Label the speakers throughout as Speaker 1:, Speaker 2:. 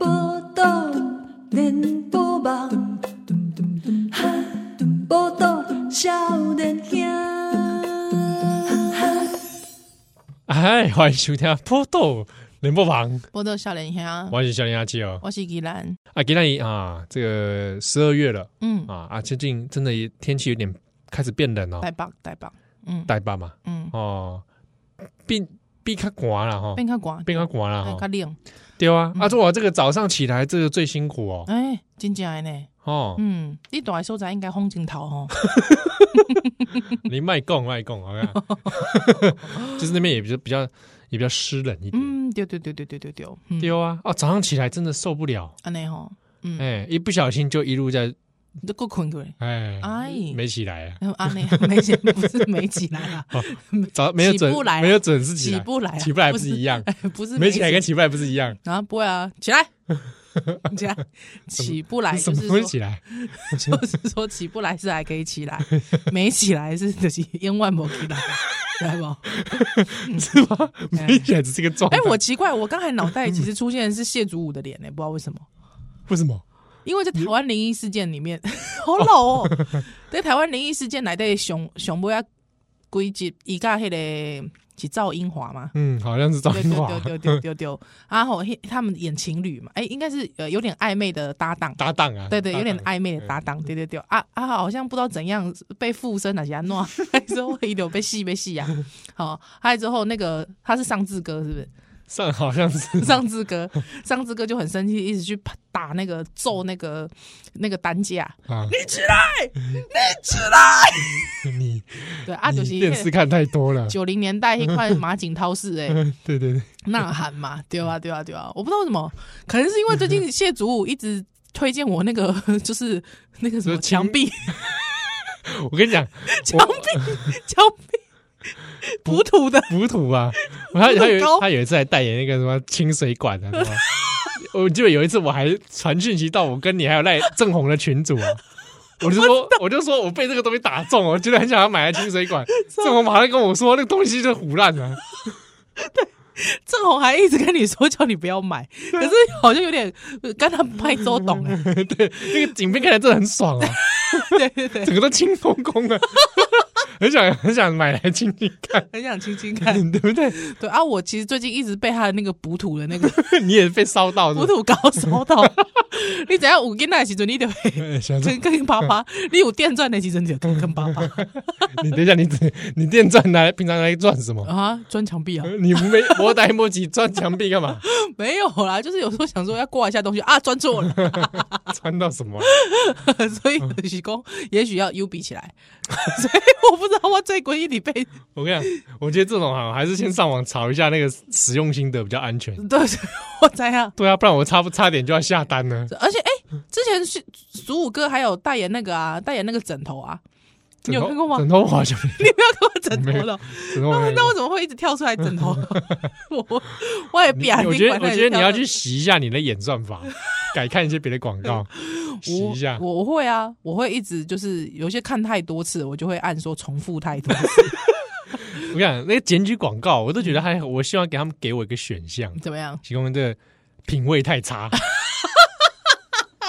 Speaker 1: 报道连波网，报道少年兄。
Speaker 2: 哎，欢迎收听《波豆联播网》，
Speaker 3: 波多少年兄，
Speaker 2: 我是小林阿七哦。
Speaker 3: 我是吉兰。
Speaker 2: 啊，给那里啊，这个十二月了
Speaker 3: 嗯，
Speaker 2: 啊啊，最近真的也天气有点开始变冷哦，
Speaker 3: 台北，台北，嗯，
Speaker 2: 带爸嘛
Speaker 3: 嗯，
Speaker 2: 哦，变变较寒了哈，
Speaker 3: 变较寒，
Speaker 2: 变较寒了
Speaker 3: 哎较
Speaker 2: 哈，
Speaker 3: 冷，
Speaker 2: 对啊，
Speaker 3: 嗯
Speaker 2: 啊，这我这个早上起来这个最辛苦哦，
Speaker 3: 哎，真正的呢。
Speaker 2: 哦，
Speaker 3: 嗯，你住的所在应该风景头 吼，
Speaker 2: 你卖供卖供，好看， 就是那边也比较比较也比较湿冷一点，
Speaker 3: 嗯，对对对对对对对，嗯
Speaker 2: 对啊，啊，早上起来真的受不了，
Speaker 3: 安尼吼，嗯，
Speaker 2: 哎，一不小心就一路在
Speaker 3: 你都够困过来，
Speaker 2: 哎
Speaker 3: 哎，
Speaker 2: 没起来啊。
Speaker 3: 嗯，安尼 没起，不是没起来啦，
Speaker 2: 早没有
Speaker 3: 起
Speaker 2: 准
Speaker 3: 不来啊
Speaker 2: 没有准是起
Speaker 3: 起
Speaker 2: 来，
Speaker 3: 不来啊，
Speaker 2: 起不来不
Speaker 3: 不
Speaker 2: 是一样，
Speaker 3: 哎 不是
Speaker 2: 没起来跟起不来不是一样，
Speaker 3: 啊不会啊，起来，起 来，起不来
Speaker 2: 什
Speaker 3: 就
Speaker 2: 么
Speaker 3: 是
Speaker 2: 东
Speaker 3: 说
Speaker 2: 西起来？
Speaker 3: 就是说起不来是还可以起来，没起来是就是千万没 起来，知道不？
Speaker 2: 是 吗？没起来只是个状态。
Speaker 3: 哎、我奇怪，我刚才脑袋其实出现的是谢祖武的脸呢、不知道为什么。
Speaker 2: 为什么？？
Speaker 3: 因为在台湾灵异事件里面，好老哦。在台湾灵异事件来的熊熊不要归集一个迄个是赵英华嘛
Speaker 2: 嗯，好像是张
Speaker 3: 对
Speaker 2: 英华
Speaker 3: 对对对对对对。然后嘿他们演情侣嘛，哎、应该是呃有点暧昧的搭档。
Speaker 2: 搭档啊，
Speaker 3: 对对，有点
Speaker 2: 搭档
Speaker 3: 暧昧的搭档，对对对，啊啊，好像不知道怎样被附身哪些诺，还之后一流被戏被戏啊，好，还有之后那个他是上志哥是不是？
Speaker 2: 上好像 是
Speaker 3: 上志哥，上志哥就很生气，一直去啪打那个揍那个那个担架。
Speaker 2: 啊， 你
Speaker 3: 对啊，就
Speaker 2: 你
Speaker 3: 是
Speaker 2: 电视啊看太多了。
Speaker 3: 九零年代一块马景涛式哎、
Speaker 2: 对对对，
Speaker 3: 呐喊嘛， 对啊对啊对啊，我不知道为什么，可能是因为最近谢祖武一直推荐我那个 就是那个什
Speaker 2: 就是
Speaker 3: 么
Speaker 2: 亲
Speaker 3: 墙壁
Speaker 2: 我跟你讲，
Speaker 3: 墙壁墙壁补土的，
Speaker 2: 补土啊，我他
Speaker 3: 补土
Speaker 2: 他有
Speaker 3: 膏
Speaker 2: 他有一次还代言那个什么清水管啊，什么。 我记得有一次我还传讯息到我跟你还有赖正红的群主啊，我就说我就说我被这个东西打中，我觉得很想要买来清水管，正红马上跟我说那个东西就腐烂了，
Speaker 3: 郑红还一直跟你说叫你不 要买，
Speaker 2: 啊
Speaker 3: 可是好像有点呃跟他拍周董哎、
Speaker 2: 那个影片看起来真的很爽啊，
Speaker 3: 对对对，
Speaker 2: 整个都清风空了， 很想很想买来清清 看，
Speaker 3: 很想亲亲 看，
Speaker 2: 对不对？
Speaker 3: 对啊，我其实最近一直被他的那个补土的那个
Speaker 2: 你也被烧到是
Speaker 3: 补
Speaker 2: 不是，
Speaker 3: 土膏烧到， 你只要有囡仔的时阵，你就会。
Speaker 2: 哎想说
Speaker 3: 跟跟爸爸，你有电钻的时阵就跟 跟爸爸
Speaker 2: 你等一下，你只你电钻来平常来赚什么？
Speaker 3: 啊，钻墙壁啊，
Speaker 2: 你没摸呆摸急钻墙壁干嘛？
Speaker 3: 没有啦，就是有时候想说要挂一下东西啊，钻错了，
Speaker 2: 穿到什么？啊
Speaker 3: 所以就是讲，也许要 U 比起来， 所以我不知道我最诡异你被
Speaker 2: 我跟你讲，我觉得这种啊，还是先上网查一下那个使用心得比较安全。
Speaker 3: 对，我怎样？
Speaker 2: 对啊，不然我差不差点就要下单了。
Speaker 3: 而且哎、之前是祖武哥还有代言那个啊，代言那个枕头啊， 你有
Speaker 2: 枕头
Speaker 3: 看过吗
Speaker 2: 枕头我好像没
Speaker 3: 你没有看过枕头的？
Speaker 2: 枕头我没
Speaker 3: 那
Speaker 2: 有
Speaker 3: 那我怎么会一直跳出来枕头？ 我我我也变，
Speaker 2: 我觉得
Speaker 3: 管它
Speaker 2: 我觉得你要
Speaker 3: 跳出来
Speaker 2: 去洗一下你的演算法，改看一些别的广告，洗一下。
Speaker 3: 我我会啊，我会一直就是有些看太多次，我就会按说重复太多次，
Speaker 2: 我跟你讲那个检举广告，我都觉得还，我希望给他们给我一个选项，
Speaker 3: 怎么样？
Speaker 2: 提供这个品味太差。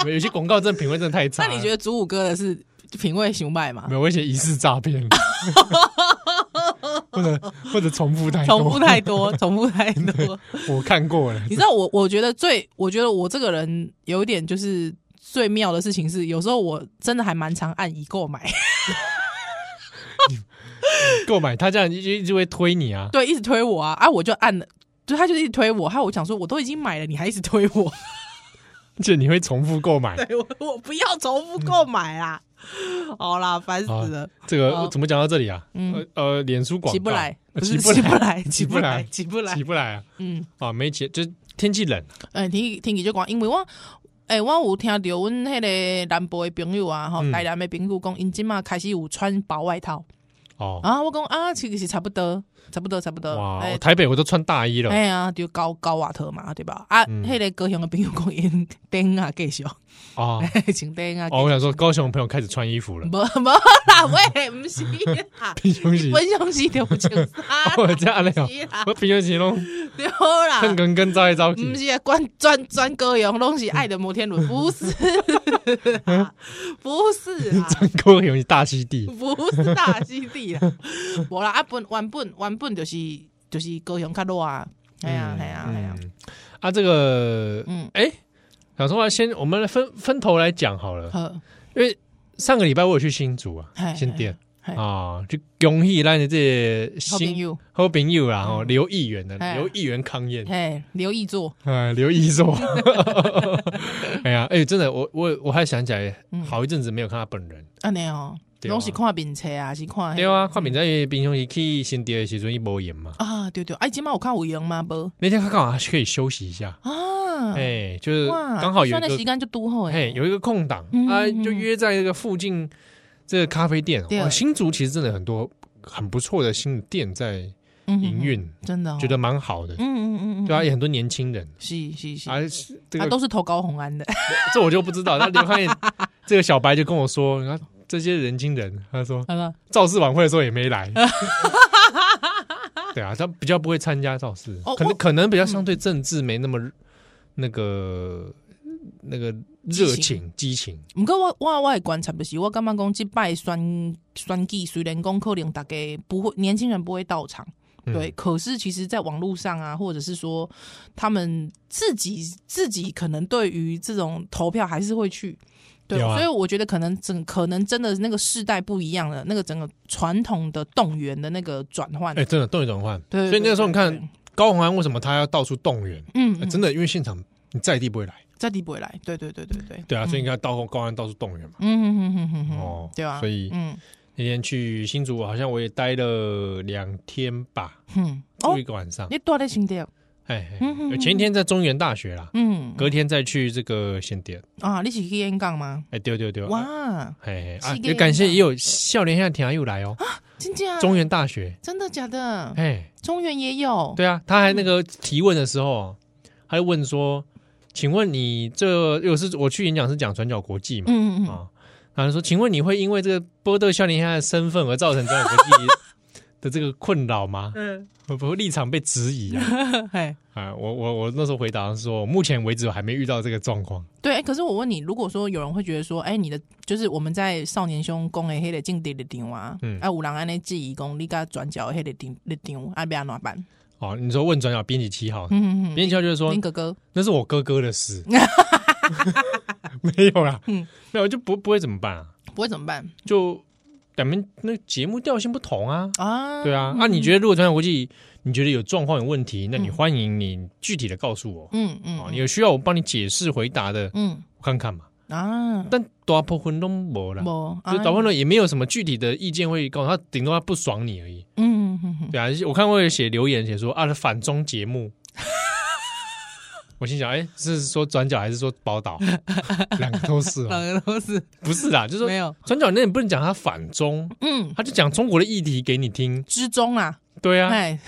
Speaker 2: 有些广告真的品味真的太差
Speaker 3: 那
Speaker 2: 了。
Speaker 3: 你觉得祖武哥的是品味雄败吗
Speaker 2: 没？有，我写疑似诈骗， 或者或者重复太多，
Speaker 3: 重复太多，重 复太多。
Speaker 2: 我看过了，
Speaker 3: 你知道我，我觉得最，我觉得我这个人有一点就是最妙的事情是，有时候我真的还蛮常按已购买，
Speaker 2: 购买他这样就一直会推你啊，
Speaker 3: 对，一直推我啊，啊，我就按了。就他就一直推我，还有我想说，我都已经买了，你还一直推我，
Speaker 2: 而 且你会重复购买，
Speaker 3: 对我我不要重复购买啦，啊好啦，烦
Speaker 2: 啊
Speaker 3: 死了，
Speaker 2: 这个
Speaker 3: 哦
Speaker 2: 怎么讲到这里啊？
Speaker 3: 嗯
Speaker 2: 呃呃，脸书广告呃
Speaker 3: 起不来，不是
Speaker 2: 起
Speaker 3: 呃起
Speaker 2: 不
Speaker 3: 不来，
Speaker 2: 起
Speaker 3: 起
Speaker 2: 不
Speaker 3: 不
Speaker 2: 来
Speaker 3: 来，起不来呃
Speaker 2: 起，不来啊！
Speaker 3: 嗯。
Speaker 2: 啊，没起，就是天气冷，
Speaker 3: 诶，天天气就讲，因为我诶、我有听到阮迄个南部的朋友啊，吼、
Speaker 2: 嗯
Speaker 3: 台南的朋友讲，因即马开始有穿薄外套
Speaker 2: 哦，
Speaker 3: 啊，我讲啊，其实是差不多，差不多，差不多。
Speaker 2: 哇，
Speaker 3: 诶
Speaker 2: 我台北我都穿大衣了
Speaker 3: 哦哎，呀，就高高瓦特嘛，对吧？啊，迄、
Speaker 2: 嗯
Speaker 3: 个高雄的朋友讲因 灯啊，继续，
Speaker 2: 哦
Speaker 3: 请灯啊，
Speaker 2: 哦，我想说高雄朋友开始穿衣服了，
Speaker 3: 无无啦，喂，毋是啊啦，
Speaker 2: 平胸型，
Speaker 3: 分享 是就不穿 衫
Speaker 2: 我这样嘞哦
Speaker 3: 不 是啦
Speaker 2: 我平胸型拢
Speaker 3: 对啦，
Speaker 2: 更更更招一招
Speaker 3: 不
Speaker 2: 去，
Speaker 3: 是啊，关专专歌咏拢是爱的摩 天轮，不是啊，不是 啊，
Speaker 2: 张高雄是大溪地，
Speaker 3: 不是大溪地啦，无啦，啊本原本原本就是就是高雄较热啊，哎呀哎呀哎呀，
Speaker 2: 嗯啊，这个
Speaker 3: 嗯，
Speaker 2: 哎，想说啊先我们来分分头来讲好了，
Speaker 3: 好，
Speaker 2: 因为上个礼拜我有去新竹啊，
Speaker 3: 嘿
Speaker 2: 新店
Speaker 3: 嘿
Speaker 2: 啊，就恭喜咱的这
Speaker 3: 好朋
Speaker 2: 新
Speaker 3: 友，嗯
Speaker 2: 好朋友啦，哦，刘议员的
Speaker 3: 嘿
Speaker 2: 刘议员康燕，
Speaker 3: 嘿，刘毅做，
Speaker 2: 哎，刘毅 说，哎呀，哎，真的，我我我还想起来，
Speaker 3: 嗯
Speaker 2: 好一阵子没有看他本人，
Speaker 3: 安尼哦，
Speaker 2: 对啊
Speaker 3: 拢是看面册啊，是看
Speaker 2: 对啊，看明仔日平常时去新店的时阵，伊无演嘛，
Speaker 3: 啊，对对，哎，即麦有看有闲吗？无
Speaker 2: 那天他刚好可以休息一下，
Speaker 3: 啊，
Speaker 2: 哎，就是
Speaker 3: 哇，
Speaker 2: 刚好有一
Speaker 3: 算的时
Speaker 2: 个，
Speaker 3: 间就拄好
Speaker 2: 哎，
Speaker 3: 诶，
Speaker 2: 有一个空档
Speaker 3: 嗯
Speaker 2: 啊，
Speaker 3: 嗯
Speaker 2: 就约在那个附近这个咖啡店，
Speaker 3: 对
Speaker 2: 哇，新竹其实真的很多很不错的新店在
Speaker 3: 嗯
Speaker 2: 营，运，
Speaker 3: 真的哦
Speaker 2: 觉得，蛮好的，
Speaker 3: 嗯嗯嗯嗯，
Speaker 2: 对啊，也很多年轻人。
Speaker 3: 是是是，
Speaker 2: 啊，这
Speaker 3: 啊，
Speaker 2: 个
Speaker 3: 都是投高红安的，
Speaker 2: 这我就不知道。那刘汉燕这个小白就跟我说，然后这些人精人，他说
Speaker 3: 好了，
Speaker 2: 造势晚会的时候也没 来。对啊，他比较不会参加造势
Speaker 3: 哦，
Speaker 2: 可能
Speaker 3: 我
Speaker 2: 可能比较相对政治没那么那个那个热情激情。
Speaker 3: 毋过我我我的观察就是，我感觉讲即摆选选举虽然讲可能大家不会年轻人不会到场，
Speaker 2: 嗯
Speaker 3: 对，可是其实在网络上啊，或者是说他们自己自己可能对于这种投票还是会去。对，
Speaker 2: 有啊
Speaker 3: 所以我觉得可能整可能真的那个世代不一样了，那个整个传统的动员的那个转换，
Speaker 2: 哎，真的动一动换。
Speaker 3: 对，
Speaker 2: 所以那个时候你
Speaker 3: 对对
Speaker 2: 看高鸿安为什么他要到处动员？
Speaker 3: 嗯
Speaker 2: 哎
Speaker 3: 嗯，
Speaker 2: 真的，因为现场你在地不会来。
Speaker 3: 在地不会来，对对对对对，嗯
Speaker 2: 对啊，所以你看到高鸿安到处动员嘛。
Speaker 3: 嗯嗯嗯嗯嗯，
Speaker 2: 哦
Speaker 3: 对啊，
Speaker 2: 所以
Speaker 3: 嗯
Speaker 2: 那天去新竹，好像我也待了两天吧，
Speaker 3: 哼，哦
Speaker 2: 住一，个晚上。
Speaker 3: 你住在新店，
Speaker 2: 哎，哎
Speaker 3: 嗯哼哼
Speaker 2: 前一天在中原大学啦，
Speaker 3: 嗯，
Speaker 2: 隔天再去这个新店。
Speaker 3: 啊，你是去演讲吗？
Speaker 2: 哎，对对对，啊，
Speaker 3: 哇，
Speaker 2: 哎
Speaker 3: 是
Speaker 2: 啊，
Speaker 3: 一个
Speaker 2: 也感谢
Speaker 3: 演讲
Speaker 2: 也有笑脸下田又来哦，
Speaker 3: 真假？
Speaker 2: 中原大学，
Speaker 3: 真的假的？
Speaker 2: 哎，
Speaker 3: 中原也有，
Speaker 2: 对啊，他还那个提问的时候，啊他就问说，请问你这有是我去演讲是讲转角国际嘛
Speaker 3: 嗯嗯嗯，
Speaker 2: 啊，然后说，请问你会因为这个波特笑脸下的身份而造成转角国际的这个困扰吗？
Speaker 3: 嗯
Speaker 2: 会不会立场被质疑啊？
Speaker 3: 嘿，
Speaker 2: 啊，我我我那时候回答是说，目前为止我还没遇到这个状况。
Speaker 3: 对。哎可是我问你，如果说有人会觉得说，哎，你的就是我们在少年兄讲的迄个境地的场啊
Speaker 2: 嗯，
Speaker 3: 啊，有人安尼质疑讲你甲转角迄个场立场，啊，要安怎办？
Speaker 2: 哦，你说问转角编辑七号，
Speaker 3: 嗯嗯
Speaker 2: 编辑七号就是说
Speaker 3: 嗯，林哥哥，
Speaker 2: 那是我哥哥的 事，没有啦，
Speaker 3: 嗯
Speaker 2: 没有就不不会怎么办啊？
Speaker 3: 不会怎么办
Speaker 2: 就咱们那节目调性不同啊，
Speaker 3: 啊？
Speaker 2: 对啊，啊，你觉得如果转角国际，你觉得有状况有问题，那你欢迎你具体的告诉我，
Speaker 3: 嗯，嗯
Speaker 2: 哦，
Speaker 3: 嗯
Speaker 2: 你有需要我帮你解释回答的，
Speaker 3: 嗯
Speaker 2: 我看看嘛。
Speaker 3: 啊，
Speaker 2: 但大部分都没了，
Speaker 3: 无
Speaker 2: 就是大部分也没有什么具体的意见会告诉他，顶多他不爽你而已。
Speaker 3: 嗯嗯嗯嗯
Speaker 2: 对啊，我看过有写留言写说啊，反中节目。 我心想，哎、是说转角还是说宝 岛？两个都是、哦，
Speaker 3: 两个都是
Speaker 2: 不是啦，就是
Speaker 3: 没
Speaker 2: 说
Speaker 3: 有，
Speaker 2: 转角那也不能讲他反中，
Speaker 3: 嗯，
Speaker 2: 他就讲中国的议题给你听。
Speaker 3: 之中啦，
Speaker 2: 对啊，
Speaker 3: 哎，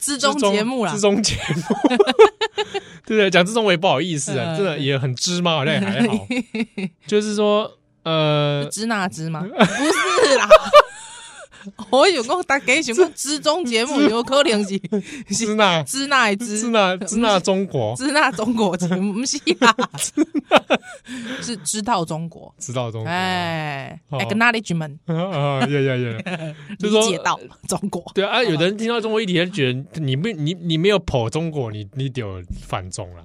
Speaker 3: 之中节目啦
Speaker 2: 之，中节目， 对不对？讲之中我也不好意思啊，
Speaker 3: 嗯
Speaker 2: 真的也很知吗？好像也还好，就是说，呃，
Speaker 3: 支那 支吗？不是啦， 我有讲大家想讲支中节目有可能 是
Speaker 2: 支
Speaker 3: 是
Speaker 2: 那
Speaker 3: 支那的
Speaker 2: 支
Speaker 3: 支
Speaker 2: 那支那中国，
Speaker 3: 支那中国节目，不是啦，是知道中国，
Speaker 2: 知道中国，
Speaker 3: 哎
Speaker 2: 哦
Speaker 3: ，acknowledgement
Speaker 2: 啊，呀呀 呀，就
Speaker 3: 理
Speaker 2: 说
Speaker 3: 解到嗯中国，
Speaker 2: 对啊，有的人听到中国议题，他就觉得你没你你没有跑中国，你你就反中了。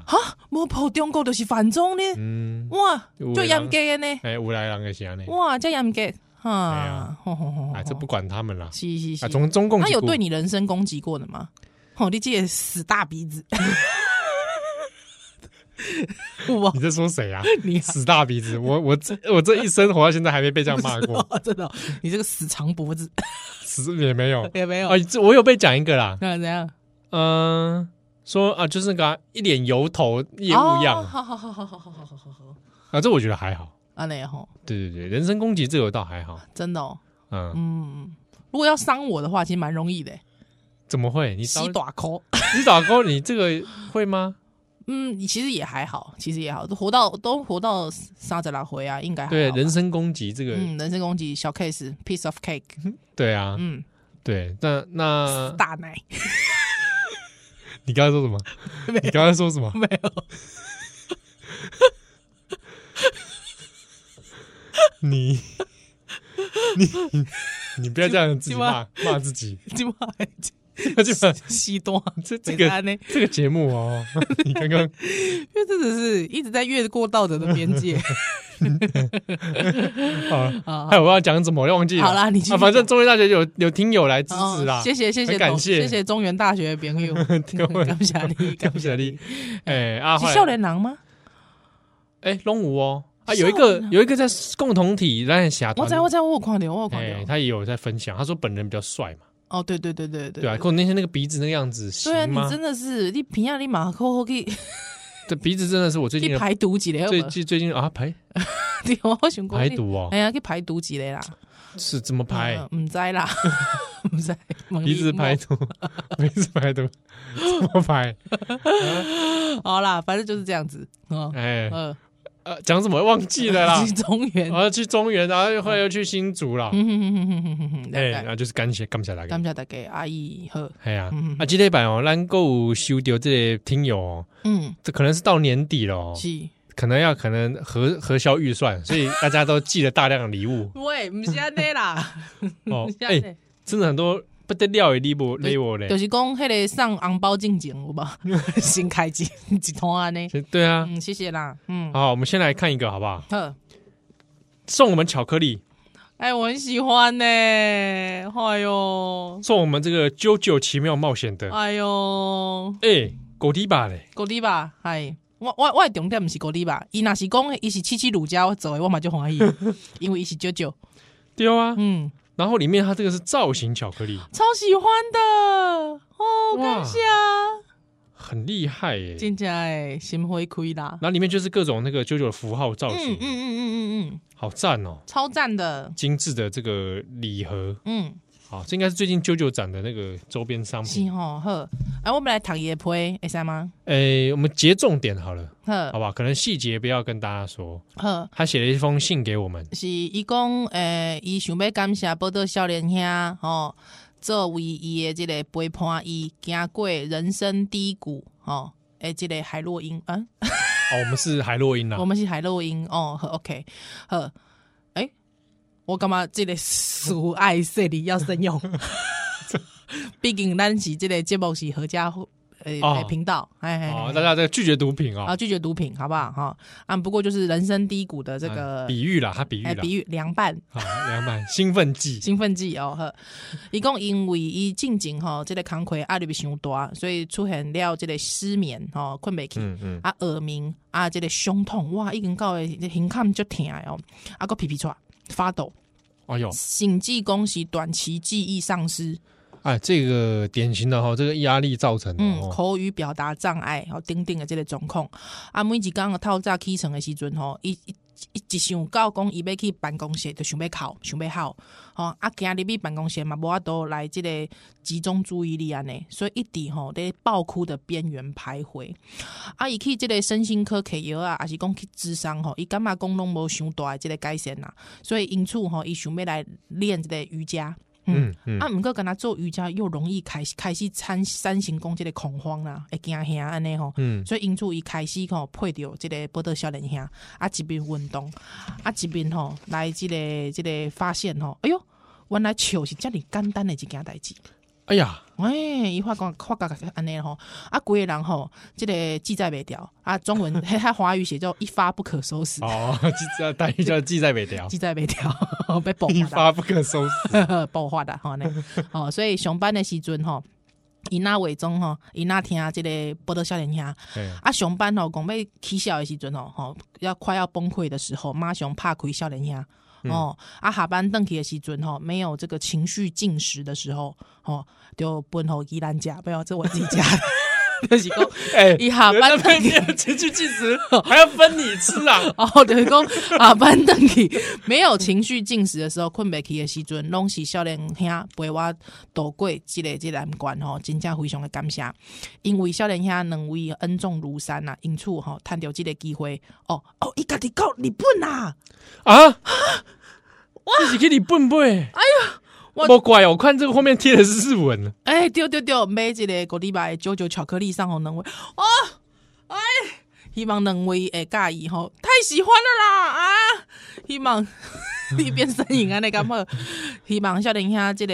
Speaker 3: 无跑中国就是反中呢，
Speaker 2: 嗯，
Speaker 3: 哇，
Speaker 2: 有的
Speaker 3: 就
Speaker 2: 人
Speaker 3: 严格的呢，
Speaker 2: 哎，乌来人的啥呢？
Speaker 3: 哇，这严格，
Speaker 2: 哎
Speaker 3: 哈
Speaker 2: 呀，
Speaker 3: 吼吼吼吼
Speaker 2: 哎，这不管他们啦。
Speaker 3: 是是是
Speaker 2: 啊，，中中共
Speaker 3: 他有对
Speaker 2: 你
Speaker 3: 你人身攻击过的吗？哦，你这个死大鼻子，有无
Speaker 2: 你？在说谁啊？
Speaker 3: 你啊
Speaker 2: 死大鼻子！我我这我这一生活到现在还没被这样骂 过，
Speaker 3: 真的哦，你这个死长脖子
Speaker 2: 死也没有。
Speaker 3: 也没有
Speaker 2: 啊，。这我有被讲一个啦，
Speaker 3: 那怎样？
Speaker 2: 嗯、说啊，就是那个啊、一脸油头业
Speaker 3: 哦
Speaker 2: 务样、
Speaker 3: 好好好好好好好好好好。
Speaker 2: 啊，这我觉得还好。
Speaker 3: 啊，那吼，
Speaker 2: 对对对，人身攻击这个倒还好。
Speaker 3: 真的哦。
Speaker 2: 嗯，
Speaker 3: 嗯，如果要伤我的话，其实蛮容易的。
Speaker 2: 怎么会？你
Speaker 3: 洗
Speaker 2: 打
Speaker 3: 短口。
Speaker 2: 你打勾，你这个会吗？
Speaker 3: 嗯，其实也还好，其实也好，都活到都活到三十来回啊，应该还好
Speaker 2: 对，
Speaker 3: 吧
Speaker 2: 人身攻击这个，
Speaker 3: 嗯，人身攻击小 case piece of cake，
Speaker 2: 对啊，
Speaker 3: 嗯，
Speaker 2: 对。那那
Speaker 3: 大奶
Speaker 2: 你刚才说什么？ 你刚才说什么？
Speaker 3: 没有，
Speaker 2: 你你你不要这样自己
Speaker 3: 鸡
Speaker 2: 骂
Speaker 3: 巴
Speaker 2: 骂自己，
Speaker 3: 就嘛
Speaker 2: 那就
Speaker 3: 西端，
Speaker 2: 啊 这这
Speaker 3: 没
Speaker 2: 个
Speaker 3: 事呢
Speaker 2: 这个节目哦， 你刚刚
Speaker 3: 因为真的是一直在越过道德的边 界。
Speaker 2: 啊，还有我要讲什么，我要忘记了。
Speaker 3: 好啦你继续
Speaker 2: 啊，反正中原大学有有听友来支持啦，
Speaker 3: 哦谢谢谢谢
Speaker 2: 很感
Speaker 3: 董
Speaker 2: 谢
Speaker 3: 谢谢中原大学的 朋友， 感谢你，
Speaker 2: 感谢你。哎，啊，后
Speaker 3: 是
Speaker 2: 来
Speaker 3: 笑脸郎吗？
Speaker 2: 哎，龙武哦，啊，
Speaker 3: 少
Speaker 2: 有一个
Speaker 3: 年
Speaker 2: 有一个在共同体咱侠
Speaker 3: 我
Speaker 2: 团
Speaker 3: 在，我在我有看到，我有看
Speaker 2: 啊哎，
Speaker 3: 到。
Speaker 2: 他也有在分享，他说本人比较帅嘛，
Speaker 3: 哦，对对对对对
Speaker 2: 对啊，可我那天那个鼻子那个样子
Speaker 3: 对啊，
Speaker 2: 行
Speaker 3: 你
Speaker 2: 吗？
Speaker 3: 真的是你平亚你马扣后去
Speaker 2: 这鼻子真的是我最近
Speaker 3: 去
Speaker 2: 的
Speaker 3: 排毒几嘞？
Speaker 2: 最最最近啊排
Speaker 3: 对，我想讲
Speaker 2: 排，毒哦
Speaker 3: 哎，嗯呀，去排毒几嘞啦？
Speaker 2: 是怎么排？
Speaker 3: 唔知啦， 唔知问
Speaker 2: 鼻
Speaker 3: 你哦
Speaker 2: 子排 毒，鼻子排毒，怎么排？
Speaker 3: 好啦，反正就是这样子。嗯
Speaker 2: 哎，
Speaker 3: 嗯，。
Speaker 2: 呃，讲什么忘记了啦
Speaker 3: 去中原
Speaker 2: 然。后去中原，然后又后来又去新竹啦。
Speaker 3: 嗯哼哼哼哼哼哼哼，
Speaker 2: 哎，
Speaker 3: 了
Speaker 2: 然
Speaker 3: 解
Speaker 2: 后就是感谢感谢大家
Speaker 3: 感。谢大家阿姨好，
Speaker 2: 哎呀
Speaker 3: 嗯，
Speaker 2: 啊，今天版哦，咱够有收到这个听友哦，
Speaker 3: 嗯，
Speaker 2: 这可能是到年底了哦，
Speaker 3: 是，
Speaker 2: 可能要可能核核销预 算，所以大家都寄了大量的礼物
Speaker 3: 喂，唔是安尼啦，
Speaker 2: 哦
Speaker 3: 不。是啊安
Speaker 2: 哎，
Speaker 3: 尼，
Speaker 2: 真的很多不得了的礼物礼物嘞
Speaker 3: 就。是讲迄个送红包进前有无？先开一一通安尼，
Speaker 2: 对啊，
Speaker 3: 嗯，谢谢啦，嗯，
Speaker 2: 好，我们先来看一个好不好？
Speaker 3: 好，
Speaker 2: 送我们巧克力，
Speaker 3: 哎，我很喜欢呢，哎呦，
Speaker 2: 送我们这个《啾啾奇妙冒险》的，
Speaker 3: 哎呦。
Speaker 2: 哎，狗迪吧嘞，
Speaker 3: 高丽吧，系我我我的重点毋是高丽吧，伊若是讲伊是七七乳胶做的，我嘛就欢喜，因为伊是九九，
Speaker 2: 对啊。
Speaker 3: 嗯，
Speaker 2: 然后里面它这个是造型巧克力，
Speaker 3: 超喜欢的哦，
Speaker 2: 哇
Speaker 3: 感谢啊，
Speaker 2: 很厉害耶。
Speaker 3: 真正诶，心花开啦
Speaker 2: 然，后里面就是各种那个啾啾的符号造
Speaker 3: 嗯嗯嗯
Speaker 2: 型，
Speaker 3: 嗯嗯嗯，
Speaker 2: 好赞哦！
Speaker 3: 超赞的，
Speaker 2: 精致的这个礼盒，
Speaker 3: 嗯，
Speaker 2: 好，这应该是最近啾啾展的那个周边商
Speaker 3: 是哦
Speaker 2: 品。
Speaker 3: 吼好，哎，我们来读伊的批，会使吗？
Speaker 2: 哎，我们截重点好了。
Speaker 3: 好
Speaker 2: 好吧，可能细节不要跟大家说。
Speaker 3: 好。
Speaker 2: 他写了一封信给我们，
Speaker 3: 是伊讲，诶、伊想要感谢报道少年兄吼、作为伊的即个陪伴伊行过人生低谷吼、诶，即个海洛因啊，
Speaker 2: 哦，我们是海洛因啦
Speaker 3: 我，们是海洛因哦好，OK，好，诶、我感觉即个俗爱说理要 慎用，毕竟咱是即个节目是合家欢诶
Speaker 2: 哦
Speaker 3: 诶频道，哎哎、
Speaker 2: 哦
Speaker 3: 哎，
Speaker 2: 大家在拒绝毒品
Speaker 3: 啊
Speaker 2: 哦，
Speaker 3: 拒绝毒品好不好哈、啊，不过就是人生低谷的这个
Speaker 2: 啊比喻啦，他比喻
Speaker 3: 哎
Speaker 2: 啦，
Speaker 3: 比喻凉拌
Speaker 2: 好，两百兴奋剂，
Speaker 3: 兴奋剂哦，呵，伊讲因为伊进前吼，即、个工课压力伤大，所以出现了即个失眠吼，困袂去。
Speaker 2: 嗯嗯，
Speaker 3: 啊，耳鸣啊，即、个胸痛，哇，已经到诶，胸坎足疼的哦，啊，个皮皮出发抖，
Speaker 2: 哎呦，
Speaker 3: 甚至讲是短期记忆丧失，
Speaker 2: 哎，这个典型的哈，这个压力造成的
Speaker 3: 嗯，
Speaker 2: 哦，
Speaker 3: 口语表达障碍，吼、等等的即个状况。啊，每一工透早起床的时阵哦吼，伊伊伊一想到讲伊要去办公室，就想要哭，想要哭，吼、啊，今日去办公室嘛，无法度来即个集中注意力安尼，所以一直吼在爆哭的边缘徘徊。啊，伊去即个身心科摕药啊，还是讲去智商吼，伊感觉讲拢无想大即个改善呐，所以因此吼，伊想要来练即个瑜伽。
Speaker 2: 嗯嗯
Speaker 3: 啊，，毋过跟他做瑜伽又容易开始开始产产生讲即个恐慌啦，会惊吓安尼吼。
Speaker 2: 嗯
Speaker 3: 所以因此伊开始吼配着即个报道少年兄啊，一边运动啊，一边吼来即、个即、个发现吼，哎哟，原来笑是遮尔简单的一件代志。
Speaker 2: 哎呀，
Speaker 3: 哎，伊发讲发觉安尼吼，啊，规个人吼，即、个记载袂掉啊，中文 嘿他华语写叫一发不可收拾，
Speaker 2: 哦， 记在待遇叫记在北调，
Speaker 3: 记载袂掉， 被爆
Speaker 2: 一
Speaker 3: 发
Speaker 2: 发
Speaker 3: 到
Speaker 2: 不可收拾，
Speaker 3: 爆发的吼呢。哦，所以上班的时阵吼。伊那伪装吼，伊那听即个波多少年兄。
Speaker 2: 哎，
Speaker 3: 啊，上班吼，讲要起笑的时阵吼，吼要快要崩溃的时候，马上拍开少年兄。
Speaker 2: 嗯
Speaker 3: 哦，啊，下班登去的时阵吼，没有这个情绪进食的时候，吼，就奔吼伊兰家，没有，这我自己家， 就是讲，
Speaker 2: 哎
Speaker 3: 伊下班
Speaker 2: 人家被你情绪进 食，还要分你吃啊！
Speaker 3: 哦，就是讲 下班登去没有情绪进食的时候，困袂去的时阵，拢是少年兄陪我度过即个即个难关吼，真正非常的感谢，因为少年兄两位恩重如山呐、啊，因此吼，趁着即个机会，哦哦，伊家己到日本啊，
Speaker 2: 啊，自己给你笨笨。哎
Speaker 3: 我
Speaker 2: 呀，莫怪哦，我看这个后面贴的是日文，
Speaker 3: 哎、对对对，买一个国礼拜九九巧克力送互两位，哦，哎，希望两位会呃介意吼，太喜欢了啦啊！希望你变身影安尼感觉，希望少年兄即个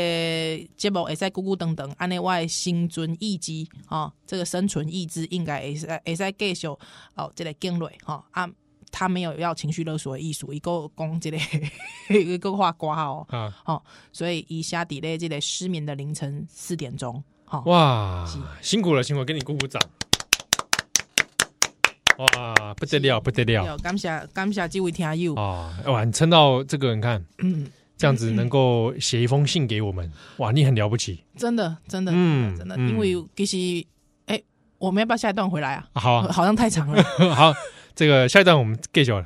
Speaker 3: 节目会使久久长长，安尼我的生存意志吼、哦，这个生存意志应该会使呃会使继续哦，即、个经历吼啊。他没有要情绪勒索的艺术，一个讲这个 一个画瓜哦，
Speaker 2: 啊，
Speaker 3: 哦，所以以下底咧，这个失眠的凌晨四点钟，好、哦，
Speaker 2: 哇，辛苦了，辛苦了，给你鼓鼓掌。哇，不得了，不得了
Speaker 3: 有感谢感谢这位听友，
Speaker 2: 啊！哇，你撑到这个，你看，这样子能够写一封信给我们，哇，你很了不起。
Speaker 3: 真的真的、
Speaker 2: 嗯
Speaker 3: 真的，
Speaker 2: 嗯
Speaker 3: 因为其实，哎、我们要不要下一段回来啊？
Speaker 2: 啊好啊，
Speaker 3: 好像太长了，
Speaker 2: 好，这个下一段我们 get 了。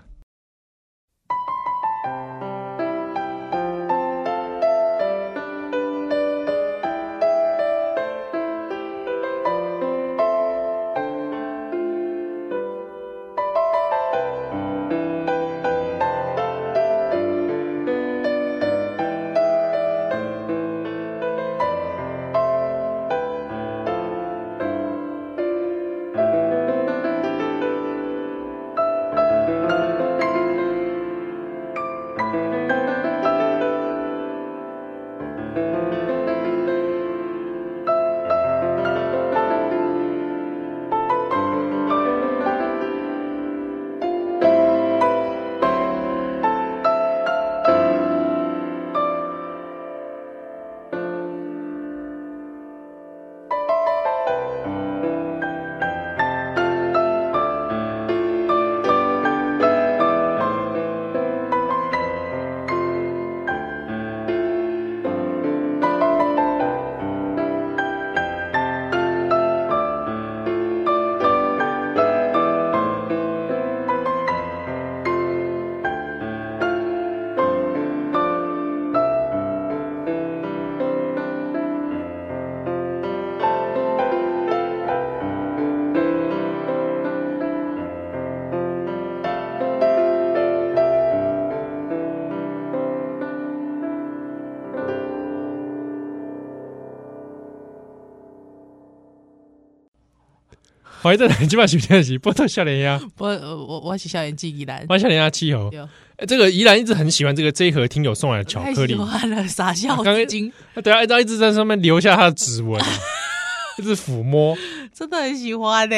Speaker 2: 欢迎再来，今晚收听的是《波特笑脸鸭》，
Speaker 3: 我呃我我是校园记忆兰，
Speaker 2: 欢迎笑脸鸭七猴。
Speaker 3: 对
Speaker 2: 哎这个宜兰一直很喜欢这个这一盒听友送来的巧克
Speaker 3: 太喜
Speaker 2: 力，
Speaker 3: 欢了，傻笑
Speaker 2: 刚刚
Speaker 3: 金，
Speaker 2: 对啊，一直一直在上面留下他的指纹，啊 一直抚摸。
Speaker 3: 真的很喜欢呢、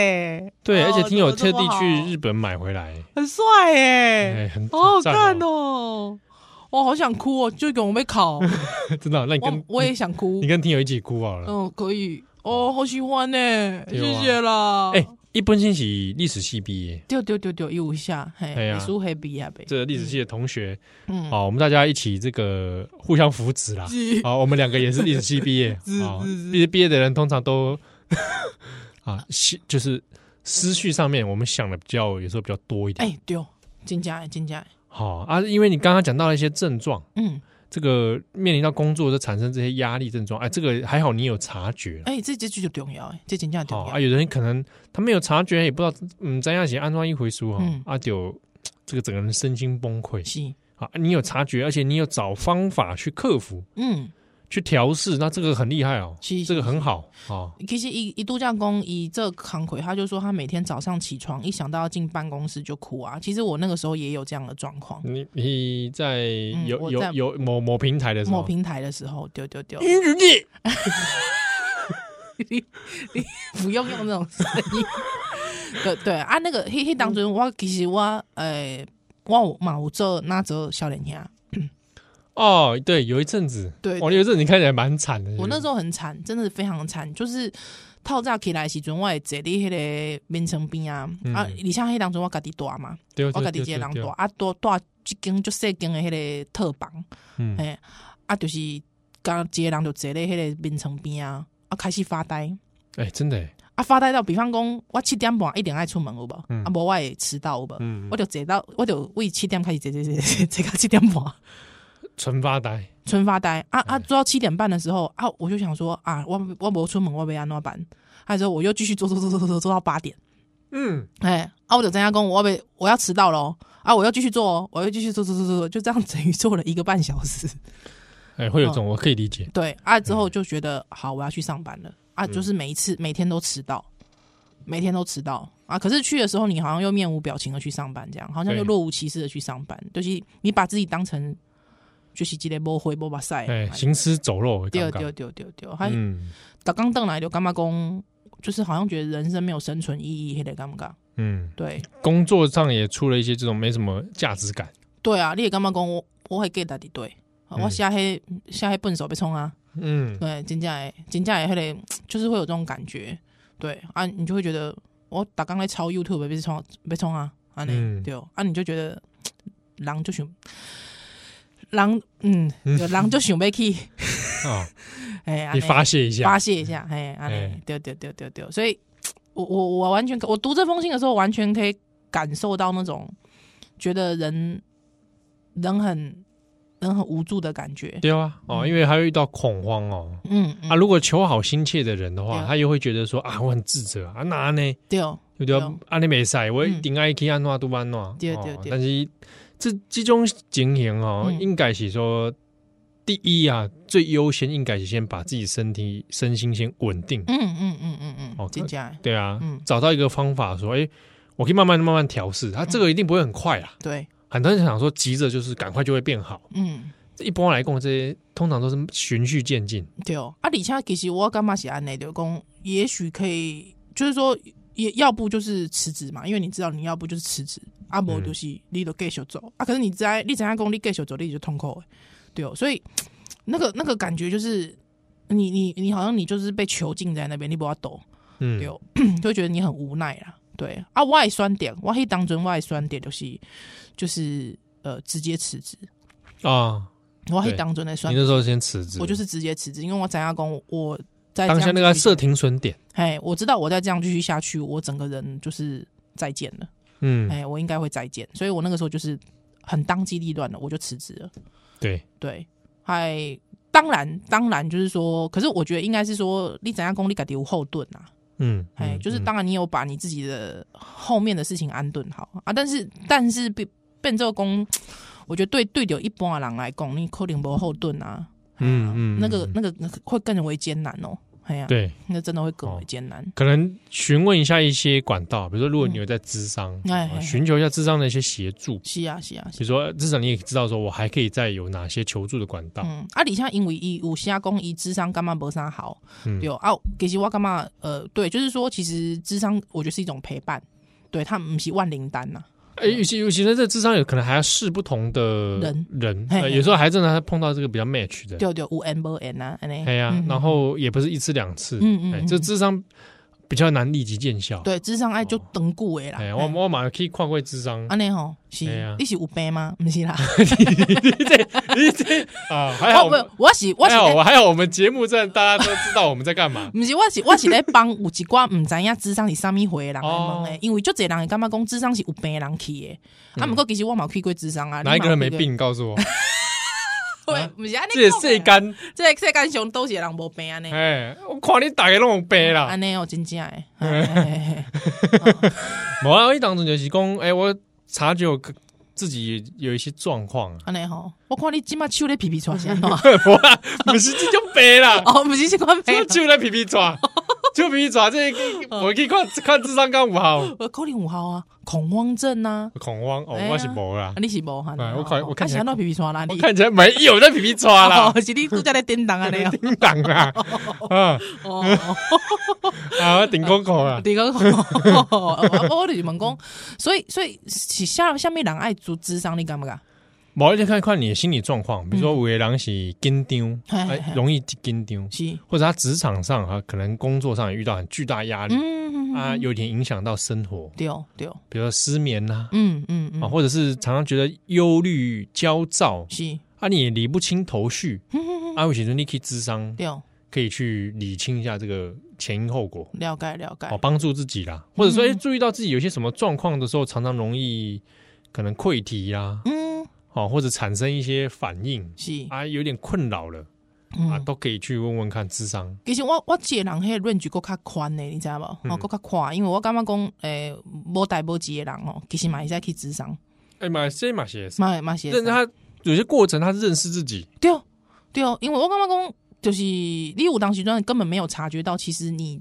Speaker 2: 对，
Speaker 3: 哦
Speaker 2: 而且听友特
Speaker 3: 怎
Speaker 2: 地
Speaker 3: 么这么好
Speaker 2: 去日本买回来，
Speaker 3: 很帅耶、
Speaker 2: 哎，很
Speaker 3: 好好
Speaker 2: 赞
Speaker 3: 看哦。我好想哭哦！就给我被考，
Speaker 2: 真的。 哦那你
Speaker 3: 我
Speaker 2: 跟
Speaker 3: 我也想哭
Speaker 2: 你。跟听友一起哭好了。
Speaker 3: 嗯，可以哦，好喜欢呢、
Speaker 2: 对
Speaker 3: 谢
Speaker 2: 啊
Speaker 3: 谢啦。
Speaker 2: 哎，一般先是历史系毕业，
Speaker 3: 对对对对，有一下，嘿，
Speaker 2: 哎呀
Speaker 3: 美术黑笔啊呗，
Speaker 2: 这历史系的同学，
Speaker 3: 嗯，
Speaker 2: 好，我们大家一起这个互相扶持啦。
Speaker 3: 是
Speaker 2: 好，我们两个也是历史系毕 业，好，毕业毕业的人通常都啊，思就是思绪上面我们想的比较有时候比较多一点。
Speaker 3: 哎，对，真假的真假的，
Speaker 2: 好啊，因为你刚刚讲到了一些症状，
Speaker 3: 嗯，
Speaker 2: 这个面临到工作就产生这些压力症状，哎，这个还好你有察觉啦。
Speaker 3: 哎，这这句就重要，哎，这真正
Speaker 2: 好
Speaker 3: 重
Speaker 2: 啊，
Speaker 3: 要，
Speaker 2: 有的人可能他没有察觉，也不知道，嗯，咱样写安装一回书哈
Speaker 3: 嗯，
Speaker 2: 啊就这个整个人身心崩溃
Speaker 3: 是，
Speaker 2: 啊。你有察觉，而且你有找方法去克服、
Speaker 3: 嗯，
Speaker 2: 去调试，那这个很厉害哦
Speaker 3: 是是，
Speaker 2: 这个很好哦。
Speaker 3: 其实一一度假工以这康奎，他就说他每天早上起床一想到要进办公室就哭啊，其实我那个时候也有这样的状况，
Speaker 2: 你你在有
Speaker 3: 嗯我
Speaker 2: 有
Speaker 3: 在
Speaker 2: 有某某平台的时候，
Speaker 3: 某平台的时候，对对对，不用用那种声音。对对啊，那个迄迄当中，我其实我诶、呃我有嘛有做那做少年兄，
Speaker 2: 哦，对，有一阵子，
Speaker 3: 对
Speaker 2: 哦，有一阵子你看起来蛮惨的。
Speaker 3: 我那时
Speaker 2: 候
Speaker 3: 候很惨，真的是非常惨，就是透早起来的时阵，我会坐伫迄个眠床边啊，
Speaker 2: 嗯
Speaker 3: 啊，而且迄当中我家己住嘛，
Speaker 2: 对，
Speaker 3: 我
Speaker 2: 对
Speaker 3: 家己一个
Speaker 2: 对
Speaker 3: 人
Speaker 2: 对
Speaker 3: 住，啊，住住一间就细间的迄个套房，
Speaker 2: 嗯，
Speaker 3: 嘿，啊，就是刚一个人就坐伫迄个眠床边啊，啊，开始发呆。
Speaker 2: 哎，真的耶，
Speaker 3: 啊，发呆到，比方讲，我七点半一定爱出门有无？
Speaker 2: 嗯
Speaker 3: 啊，无我会迟到有无？
Speaker 2: 嗯
Speaker 3: 我，就坐到，我就为七点开始坐坐坐坐坐到七点半，
Speaker 2: 纯发呆，
Speaker 3: 纯发呆啊
Speaker 2: 哎
Speaker 3: 啊！做到七点半的时候啊，我就想说啊，我我不出门，我被安怎办？还之后我又继续做做做做做做到八点，
Speaker 2: 嗯，
Speaker 3: 哎啊，我就在家工，我被我要迟到喽啊，我要继续做哦，我又继续做做做做做，就这样等于做了一个半小 时。
Speaker 2: 哎，会有
Speaker 3: 哦
Speaker 2: 这种，我可以理解。
Speaker 3: 对啊，之后就觉得好，我要去上班了
Speaker 2: 嗯
Speaker 3: 啊，就是每一次每天都迟到，每天都迟到啊。可是去的时候，你好像又面无表情的去上班，这样好像又
Speaker 2: 对
Speaker 3: 若无其事的去上班，就是你把自己当成就是一个无灰无目屎的
Speaker 2: 哎，
Speaker 3: 人。
Speaker 2: 行尸走肉，
Speaker 3: 对
Speaker 2: 刚刚
Speaker 3: 对，哎对对对，还
Speaker 2: 嗯
Speaker 3: 打刚邓来就干嘛讲，就是好像觉得人生没有生存意义，迄个感觉。
Speaker 2: 嗯，
Speaker 3: 对
Speaker 2: 工作上也出了一些这种没什么价值感。
Speaker 3: 对啊，你也干嘛讲我我会 get 到底对，啊我
Speaker 2: 嗯
Speaker 3: 下黑下黑笨手被冲啊。
Speaker 2: 嗯，
Speaker 3: 对，真正诶，真正诶，迄个就是会有这种感觉，对啊，你就会觉得我打刚来抄 YouTube 被冲被冲啊，安尼、
Speaker 2: 嗯
Speaker 3: 对，啊，你就觉得人就想，人嗯，对人就想要去，
Speaker 2: 哦，
Speaker 3: 哎、安
Speaker 2: 你
Speaker 3: 尼
Speaker 2: 发泄一
Speaker 3: 发
Speaker 2: 下，
Speaker 3: 泄一下，哎，安尼
Speaker 2: 哎
Speaker 3: 对对对对对，所以我我我完全可我读这封信的时候，完全可以感受到那种觉得人人很人很无助的感觉，
Speaker 2: 对啊，哦，
Speaker 3: 嗯
Speaker 2: 因为他会遇到恐慌哦。
Speaker 3: 嗯嗯
Speaker 2: 啊，如果求好心切的人的
Speaker 3: 对
Speaker 2: 话，
Speaker 3: 啊
Speaker 2: 他又会觉得说啊，我很自责啊，那呢，
Speaker 3: 对哦
Speaker 2: 对不对
Speaker 3: 对？
Speaker 2: 安尼袂使，我
Speaker 3: 嗯
Speaker 2: 一定爱去安怎都安怎。
Speaker 3: 对
Speaker 2: 哦
Speaker 3: 对对
Speaker 2: 但是这这种情形哦，
Speaker 3: 嗯
Speaker 2: 应该是说，第一啊，最优先应该是先把自己身体身心先稳定。
Speaker 3: 嗯嗯嗯嗯嗯
Speaker 2: 哦
Speaker 3: 嗯，真正诶，
Speaker 2: 对啊，
Speaker 3: 嗯
Speaker 2: 找到一个方法说，哎，我可以慢慢慢慢调试。他这个一定不会很快啦。
Speaker 3: 对，
Speaker 2: 很多人想说急着就是赶快就会变好，
Speaker 3: 嗯。
Speaker 2: 一般来讲这些通常都是循序渐进。
Speaker 3: 对哦，啊，而且其实我干嘛写安内就讲，也许可以，就是说，也要不就是辞职嘛，因为你知道你要不就是辞职，啊，无
Speaker 2: 嗯
Speaker 3: 就是你都继续走啊。可是你知道，你怎样讲你继续走，你就痛苦的，对哦。所以那个那个感觉就是，你你你好像你就是被囚禁在那边，你不要抖，
Speaker 2: 嗯，
Speaker 3: 对哦， 就会觉得你很无奈啦。对啊，我的酸点，我迄当中我的酸点就是就是呃直接辞职，
Speaker 2: 啊，
Speaker 3: 我迄
Speaker 2: 对
Speaker 3: 当中的酸
Speaker 2: 你那时候先辞职，
Speaker 3: 我就是直接辞职，因为我怎样讲，我在
Speaker 2: 当下那个设
Speaker 3: 设，
Speaker 2: 停损点。
Speaker 3: 哎，我知道我再这样继续下去，我整个人就是再见了，
Speaker 2: 嗯，
Speaker 3: 哎，我应该会再见，所以我那个时候就是很当机立断的，我就辞职了。
Speaker 2: 对，
Speaker 3: 对，还当然当然就是说，可是我觉得应该是说，你怎样功力给留后盾啊，
Speaker 2: 嗯，
Speaker 3: 哎，
Speaker 2: 嗯
Speaker 3: 就是
Speaker 2: 嗯
Speaker 3: 当然你有把你自己的后面的事情安顿好啊，但是但是变变这个功，我觉得对对着一般的人来讲，你可能无后盾啊，
Speaker 2: 嗯
Speaker 3: 哎呀
Speaker 2: 嗯
Speaker 3: 那个
Speaker 2: 嗯
Speaker 3: 那个那个会更为艰难哦，哎呀，
Speaker 2: 对，哦
Speaker 3: 那真的会更为艰难，
Speaker 2: 可能询问一下一些管道，比如说如果你有在咨商，
Speaker 3: 嗯哎哎
Speaker 2: 啊寻求一下咨商的一些协助，
Speaker 3: 是啊是啊
Speaker 2: 比
Speaker 3: 是
Speaker 2: 如说至少你也知道说我还可以再有哪些求助的管
Speaker 3: 啊，
Speaker 2: 道。
Speaker 3: 嗯，啊，你像因为伊有些讲伊智商干嘛无啥好，
Speaker 2: 嗯
Speaker 3: 对啊，其实我干嘛呃，对，就是说其实智商我觉得是一种陪伴，对，它不是万灵丹呐、
Speaker 2: 哎，尤其尤其在这咨商有可能还要试不同的
Speaker 3: 人
Speaker 2: 人，
Speaker 3: 嘿
Speaker 2: 呃
Speaker 3: 嘿
Speaker 2: 有时候还真的还碰到这个比较 match 的，
Speaker 3: 对对，有 N 无 N 啊，安尼，
Speaker 2: 哎呀
Speaker 3: 嗯，
Speaker 2: 然后也不是一次两次，
Speaker 3: 嗯嗯
Speaker 2: 哎
Speaker 3: 嗯
Speaker 2: 这智商比较难立即见效。，
Speaker 3: 对，智商爱就长久的啦。啊
Speaker 2: 哎，我我马上去看过智商
Speaker 3: 安尼吼，是
Speaker 2: 哎呀
Speaker 3: 你是有病吗？不是啦，
Speaker 2: 啊，还好
Speaker 3: 我，不，我是我是哎
Speaker 2: 还好，
Speaker 3: 在，。
Speaker 2: 还好，我们节目这样大家都知道我们在干嘛
Speaker 3: 不是我是我是在帮有一寡毋知影智商是啥物回的人来问
Speaker 2: 哦
Speaker 3: 诶，因为足侪人会感觉讲智商是有病的人去诶，啊，毋过其实我嘛有去过智商啊，
Speaker 2: 哪一个人
Speaker 3: 你
Speaker 2: 没
Speaker 3: 嘛有去过？
Speaker 2: 病？告诉 我，
Speaker 3: 对，不是安尼，
Speaker 2: 这也是一，干。
Speaker 3: 这世间上都是人无病安尼。
Speaker 2: 哎，我看你大概拢有病啦
Speaker 3: 安。尼哦，真正诶，嘿嘿嘿嘿哦，
Speaker 2: 无啊，我一当中就是讲，哎，我察觉我自己有一些状况啊
Speaker 3: 安尼吼，我看你即马手咧皮皮抓先吼，
Speaker 2: 无啊， 不是这种病 啦，
Speaker 3: 哦，毋是即款病
Speaker 2: 这，就在皮皮抓，就皮皮抓，这
Speaker 3: 哦
Speaker 2: 我去看看智商刚五好
Speaker 3: 我可能有效啊，恐慌症啊，
Speaker 2: 恐慌哦
Speaker 3: 哎，呀
Speaker 2: 我是无啦
Speaker 3: 啊，你是无哈？
Speaker 2: 哎我看我看起来
Speaker 3: 到皮皮抓啦，
Speaker 2: 我
Speaker 3: 你
Speaker 2: 看起来没有在皮皮抓啦
Speaker 3: 哦，，是你拄则咧叮当安尼哦。
Speaker 2: 叮当啦，啊
Speaker 3: 哦，
Speaker 2: 啊，嗯我顶公口啦，
Speaker 3: 第个 哦我我就是问讲，所以所以是下下面人爱做智商，你敢不敢？
Speaker 2: 某一天看看你的心理状况，比如说有的人是紧张，
Speaker 3: 嗯嘿嘿
Speaker 2: 哎
Speaker 3: 嘿
Speaker 2: 容易紧张，
Speaker 3: 是，
Speaker 2: 或者他职场上啊，可能工作上也遇到很巨大压力
Speaker 3: 嗯
Speaker 2: 啊，有点影响到生活，
Speaker 3: 对对，
Speaker 2: 比如说失眠呐
Speaker 3: 嗯嗯嗯，
Speaker 2: 啊，或者是常常觉得忧虑、焦躁
Speaker 3: 是，
Speaker 2: 啊，你也理不清头绪
Speaker 3: 嗯嗯嗯
Speaker 2: 啊，有些人你可以智商，
Speaker 3: 对，
Speaker 2: 可以去理清一下这个前因后果，
Speaker 3: 了解了解
Speaker 2: 哦，，帮助自己啦，或者说，
Speaker 3: 嗯
Speaker 2: 哎，注意到自己有些什么状况的时候，常常容易可能溃堤呀，
Speaker 3: 嗯，
Speaker 2: 哦，或者产生一些反应
Speaker 3: 是，
Speaker 2: 啊，有点困扰了啊，
Speaker 3: 嗯。
Speaker 2: 都可以去问问看智商，
Speaker 3: 其实我我这个人迄 range 够较宽的，你知道无？
Speaker 2: 嗯
Speaker 3: 哦，够较宽，因为我感觉讲，诶，无代无志的人哦，其实嘛会使去智商，
Speaker 2: 哎嘛，这嘛些，
Speaker 3: 嘛嘛是会
Speaker 2: 但
Speaker 3: 使。
Speaker 2: 他有些过程他认识自己，
Speaker 3: 对哦对哦，因为我感觉讲，就是你有当时段根本没有察觉到，其实你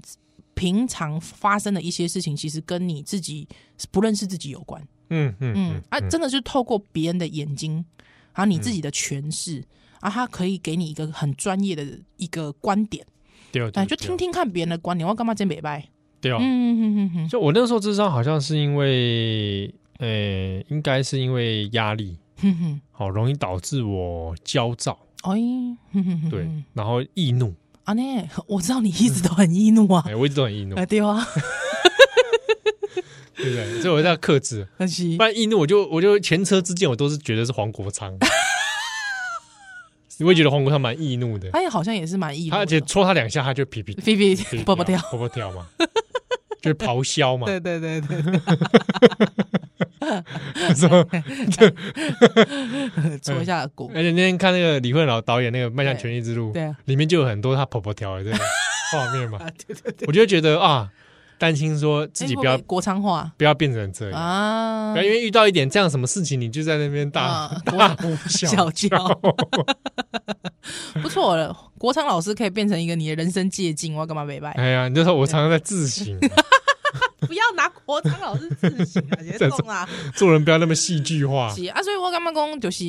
Speaker 3: 平常发生的一些事情，其实跟你自己不认识自己有关。
Speaker 2: 嗯嗯
Speaker 3: 嗯
Speaker 2: 嗯，
Speaker 3: 啊，
Speaker 2: 嗯
Speaker 3: 真的是透过别人的眼睛，还有你自己的诠释，啊，他可以给你一个很专业的一个观点，
Speaker 2: 对，哦
Speaker 3: 哎，
Speaker 2: 对
Speaker 3: 就听，听看别人的观点，我干嘛真没白？
Speaker 2: 对对哦，
Speaker 3: 嗯嗯嗯嗯，
Speaker 2: 就我那时候智商好像是因为，呃，应该是因为压力，
Speaker 3: 哼哼，
Speaker 2: 好容易导致我焦躁，
Speaker 3: 哎，哼哼哼，
Speaker 2: 对，然后易怒，
Speaker 3: 啊呢， 我知道你一直都很易怒啊
Speaker 2: 哎、，我一直都很易怒，
Speaker 3: 啊对 啊，
Speaker 2: 对不对？所以我在克制，
Speaker 3: 但是
Speaker 2: 不然易怒我就我就前车之鉴，我都是觉得是黄国 昌，你会觉得黄国昌蛮易怒的，
Speaker 3: 他也哎好像也是蛮易怒
Speaker 2: 他
Speaker 3: 的，
Speaker 2: 而且戳他两下他就皮 皮
Speaker 3: 菲菲爆爆掉，
Speaker 2: 跑跑跳嘛， 就是咆哮嘛，
Speaker 3: 对对对对，
Speaker 2: 是吧？
Speaker 3: 搓一下耳骨，
Speaker 2: 而且那天看那个李慧老导演那个《迈向权力之路》，
Speaker 3: 对啊啊
Speaker 2: 里面就有很多他跑跑跳的这个画面 嘛，我就觉得啊，担心说 自己不要
Speaker 3: 哎会会国昌话
Speaker 2: 不要变成这样，
Speaker 3: 啊
Speaker 2: 不要因为遇到一点这样什么事情，你就在那边大
Speaker 3: 啊
Speaker 2: 大呼小
Speaker 3: 小叫， 不错了，国昌老师可以变成一个你的人生借镜，我要干嘛没拜？
Speaker 2: 哎呀，你就说我常常在自省，啊
Speaker 3: 不要拿国昌老师自省 啊，别送啊，
Speaker 2: 做人不要那么戏剧化，
Speaker 3: 是啊，所以我干嘛讲就是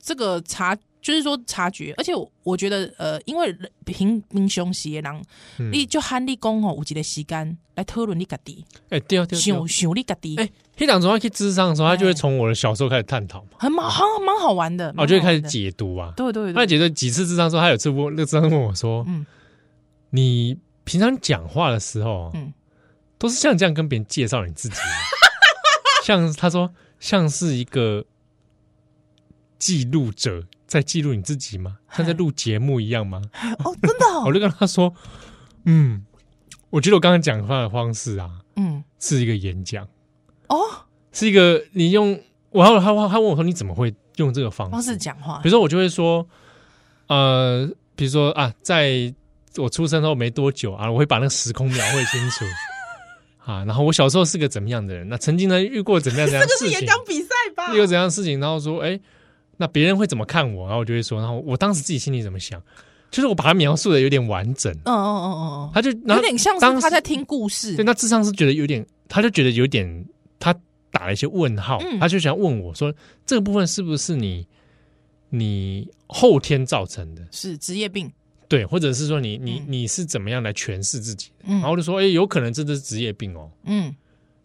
Speaker 3: 这个察，就是说察觉，而且我我觉得呃，因为人平平胸邪人，
Speaker 2: 嗯
Speaker 3: 你就喊你讲吼，有一个时间来讨论你家己，
Speaker 2: 哎，对啊对啊对啊
Speaker 3: 想，想你家己，
Speaker 2: 哎，黑党总要去智商的时候，他
Speaker 3: 哎
Speaker 2: 就会从我的小时候开始探讨嘛，
Speaker 3: 很蛮好蛮好玩的，
Speaker 2: 哦我就会开始
Speaker 3: 解，
Speaker 2: 解读啊，
Speaker 3: 哎对对
Speaker 2: 他
Speaker 3: 对，
Speaker 2: 解读几次智商之后，他有次问那个智商问我说，
Speaker 3: 嗯
Speaker 2: 你平常讲话的时候，啊
Speaker 3: 嗯
Speaker 2: 都是像这样跟别人介绍你自己 吗，像他说像是一个记录者在记录你自己 吗？像在录节目一样吗？
Speaker 3: 哦，真的哦
Speaker 2: 我就跟他说，嗯，我觉得我刚刚讲话的方式啊，
Speaker 3: 嗯
Speaker 2: 是一个演讲，
Speaker 3: 哦，
Speaker 2: 是一个你用，然后他他问我说你怎么会用这个方式？
Speaker 3: 方式讲话
Speaker 2: 比如，说我就会说，呃，比如说啊，在我出生后没多久啊，我会把那个时空描绘清楚啊。然后我小时候是个怎么样的人？那曾经呢遇过怎么样怎样的事情？
Speaker 3: 比赛吧
Speaker 2: 遇过怎样的事情？然后说，哎，那别人会怎么看我？然后我就会说，然后我当时自己心里怎么想？就是我把它描述的有点完整，
Speaker 3: 嗯嗯嗯嗯嗯
Speaker 2: 他就然
Speaker 3: 有
Speaker 2: 后
Speaker 3: 点像
Speaker 2: 当
Speaker 3: 是
Speaker 2: 时
Speaker 3: 他在听故事
Speaker 2: 对，，那智商是觉得有点，他就觉得有点，他打了一些问号，
Speaker 3: 嗯
Speaker 2: 他就想问我说，这个部分是不是你你后天造成的？
Speaker 3: 是职业病，
Speaker 2: 对，或者是说你你
Speaker 3: 嗯
Speaker 2: 你是怎么样来诠释自己的？
Speaker 3: 嗯
Speaker 2: 然后我就说，哎、有可能这是职业病哦。
Speaker 3: 嗯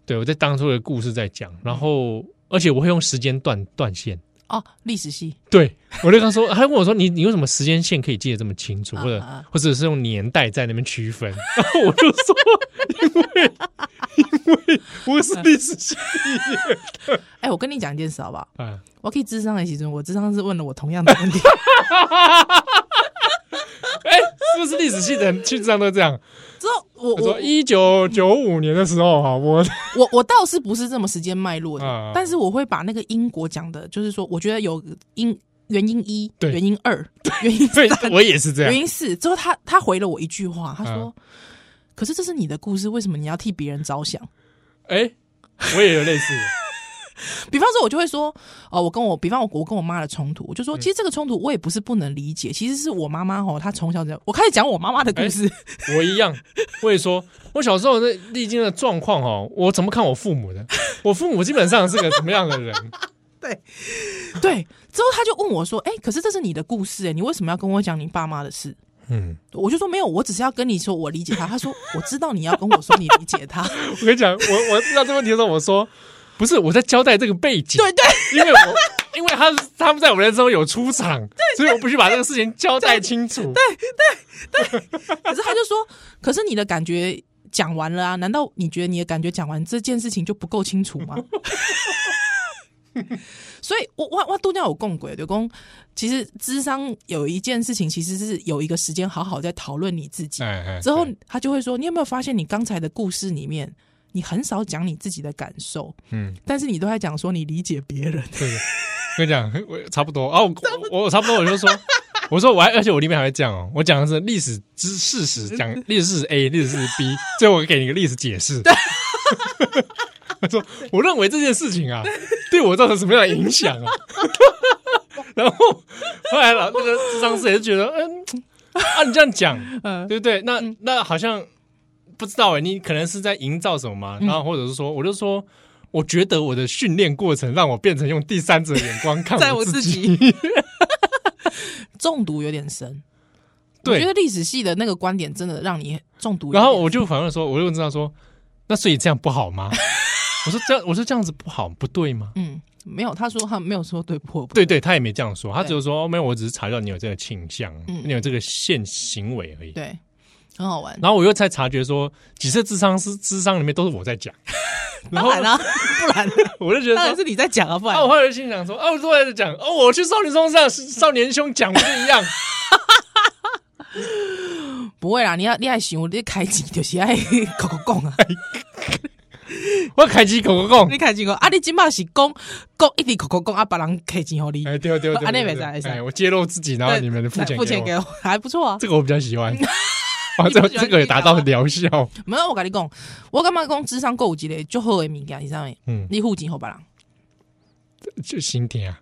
Speaker 2: 对，我在当初的故事在讲，然后而且我会用时间断断线。
Speaker 3: 哦，历史系
Speaker 2: 对，我就跟他说， 他问我说，你你为什么时间线可以记得这么清楚，
Speaker 3: 啊
Speaker 2: 或者
Speaker 3: 啊啊
Speaker 2: 或者是用年代在那边区分？然后我就说， 因为因为我是历史系
Speaker 3: 哎、我跟你讲一件事好不好？
Speaker 2: 啊，
Speaker 3: 我可以智商的其中，我智商是问了我同样的 问题，
Speaker 2: 哎、 是不是历史系的人去这样都这样？
Speaker 3: 之后我
Speaker 2: 我
Speaker 3: 我
Speaker 2: 说一九九五年的时候哈，我
Speaker 3: 我我倒是不是这么时间脉络的，
Speaker 2: 啊
Speaker 3: 但是我会把那个因果讲的，就是说，我觉得有因原因一，
Speaker 2: 对
Speaker 3: 原因二，原因
Speaker 2: 对
Speaker 3: 三，
Speaker 2: 我也是这样
Speaker 3: 原，因四。之后他他回了我一句话，他说
Speaker 2: 啊：“
Speaker 3: 可是这是你的故事，为什么你要替别人着想
Speaker 2: 哎、我也有类似的。？”
Speaker 3: 比方说，我就会说：“哦、我跟我，比方我我跟我妈的冲突，我就说，其实这个冲突我也不是不能理解，其实是我妈妈哦，她从小就我开始讲我妈妈的故事，
Speaker 2: 我一样，我也说，我小时候那历经的状况哦，我怎么看我父母的？我父母基本上是个什么样的人？
Speaker 3: 对。之后他就问我说：‘哎、可是这是你的故事、哎，你为什么要跟我讲你爸妈的事？’
Speaker 2: 嗯，
Speaker 3: 我就说没有，我只是要跟你说我理解他。他说我知道你要跟我说你理解他，
Speaker 2: 我跟你讲，我我知道这个问题的时候，我说不是我在交代这个背景，
Speaker 3: 对对，
Speaker 2: 因为我因为他他们在我们人生中有出场，所以我必须把这个事情交代清楚。
Speaker 3: 可是他就说，可是你的感觉讲完了啊？难道你觉得你的感觉讲完这件事情就不够清楚吗？ 所以，我我我都要有共轨，就讲，其实智商有一件事情，其实是有一个时间好好在讨论你自己。
Speaker 2: 哎哎
Speaker 3: 之后
Speaker 2: 对
Speaker 3: 他就会说，你有没有发现你刚才的故事里面，你很少讲你自己的感受，
Speaker 2: 嗯，
Speaker 3: 但是你都在讲说你理解 别人。
Speaker 2: 对的，我跟你讲，我差不多啊，我我我差不多，我就说，我说我还，而且我里面还会这样哦，我讲的是历史之事实，讲历史是 A，历史是 B，最后我给你一个历史解释。 我说，我认为这件事情啊，对我造成什么样的影响啊？ 然后后来老那个智商师也是觉得，嗯，啊，你这样讲，
Speaker 3: 嗯
Speaker 2: 对不对？那那好像不知道哎、你可能是在营造什么嘛？
Speaker 3: 嗯
Speaker 2: 然后或者是说，我就说，我觉得我的训练过程让我变成用第三者的眼光看
Speaker 3: 在我
Speaker 2: 自
Speaker 3: 自
Speaker 2: 己，
Speaker 3: 己 中毒有点深。我
Speaker 2: 对
Speaker 3: 觉得历史系的那个观点真的让你中毒有点深。
Speaker 2: 然后我就反问说，我就知道说，那所以这样不好吗？ 我说这样，我说这样子不好，不对吗？
Speaker 3: 嗯，没有，他说他没有说对破不
Speaker 2: 对对，他也没这样说，他
Speaker 3: 对
Speaker 2: 只是说、哦没有，我只是察觉到你有这个倾向，
Speaker 3: 嗯
Speaker 2: 你有这个现行为而已。
Speaker 3: 对，很好玩。
Speaker 2: 然后我又才察觉说，几次智商是智商里面都是我在 讲，然后
Speaker 3: 当然啦、不然
Speaker 2: 我就觉得
Speaker 3: 当
Speaker 2: 说
Speaker 3: 然是你在讲啊，不然
Speaker 2: 啊，我后来就心想说，哦、啊，我突然在讲，哦，我去少年兄上少年兄讲不是一样？
Speaker 3: 不会啦。你要你爱想，你开机就是爱口口讲啊，
Speaker 2: 我开机口口供
Speaker 3: 你，开机讲啊，你今嘛是讲讲一直口口讲啊，别人开钱给 你，
Speaker 2: 哎，对对对，
Speaker 3: 啊那
Speaker 2: 对
Speaker 3: 没事
Speaker 2: 对
Speaker 3: 没事
Speaker 2: 哎，我揭露自己，然后你们付钱
Speaker 3: 付钱给
Speaker 2: 我，
Speaker 3: 我，还不错啊。
Speaker 2: 这个我比较喜 欢。啊，这
Speaker 3: 你不喜欢
Speaker 2: 这个也达到疗效，
Speaker 3: 没有，我跟你讲，我感觉讲智商够有一个就好的物件，你知道没？
Speaker 2: 嗯，
Speaker 3: 你付钱给别人，
Speaker 2: 就心甜啊。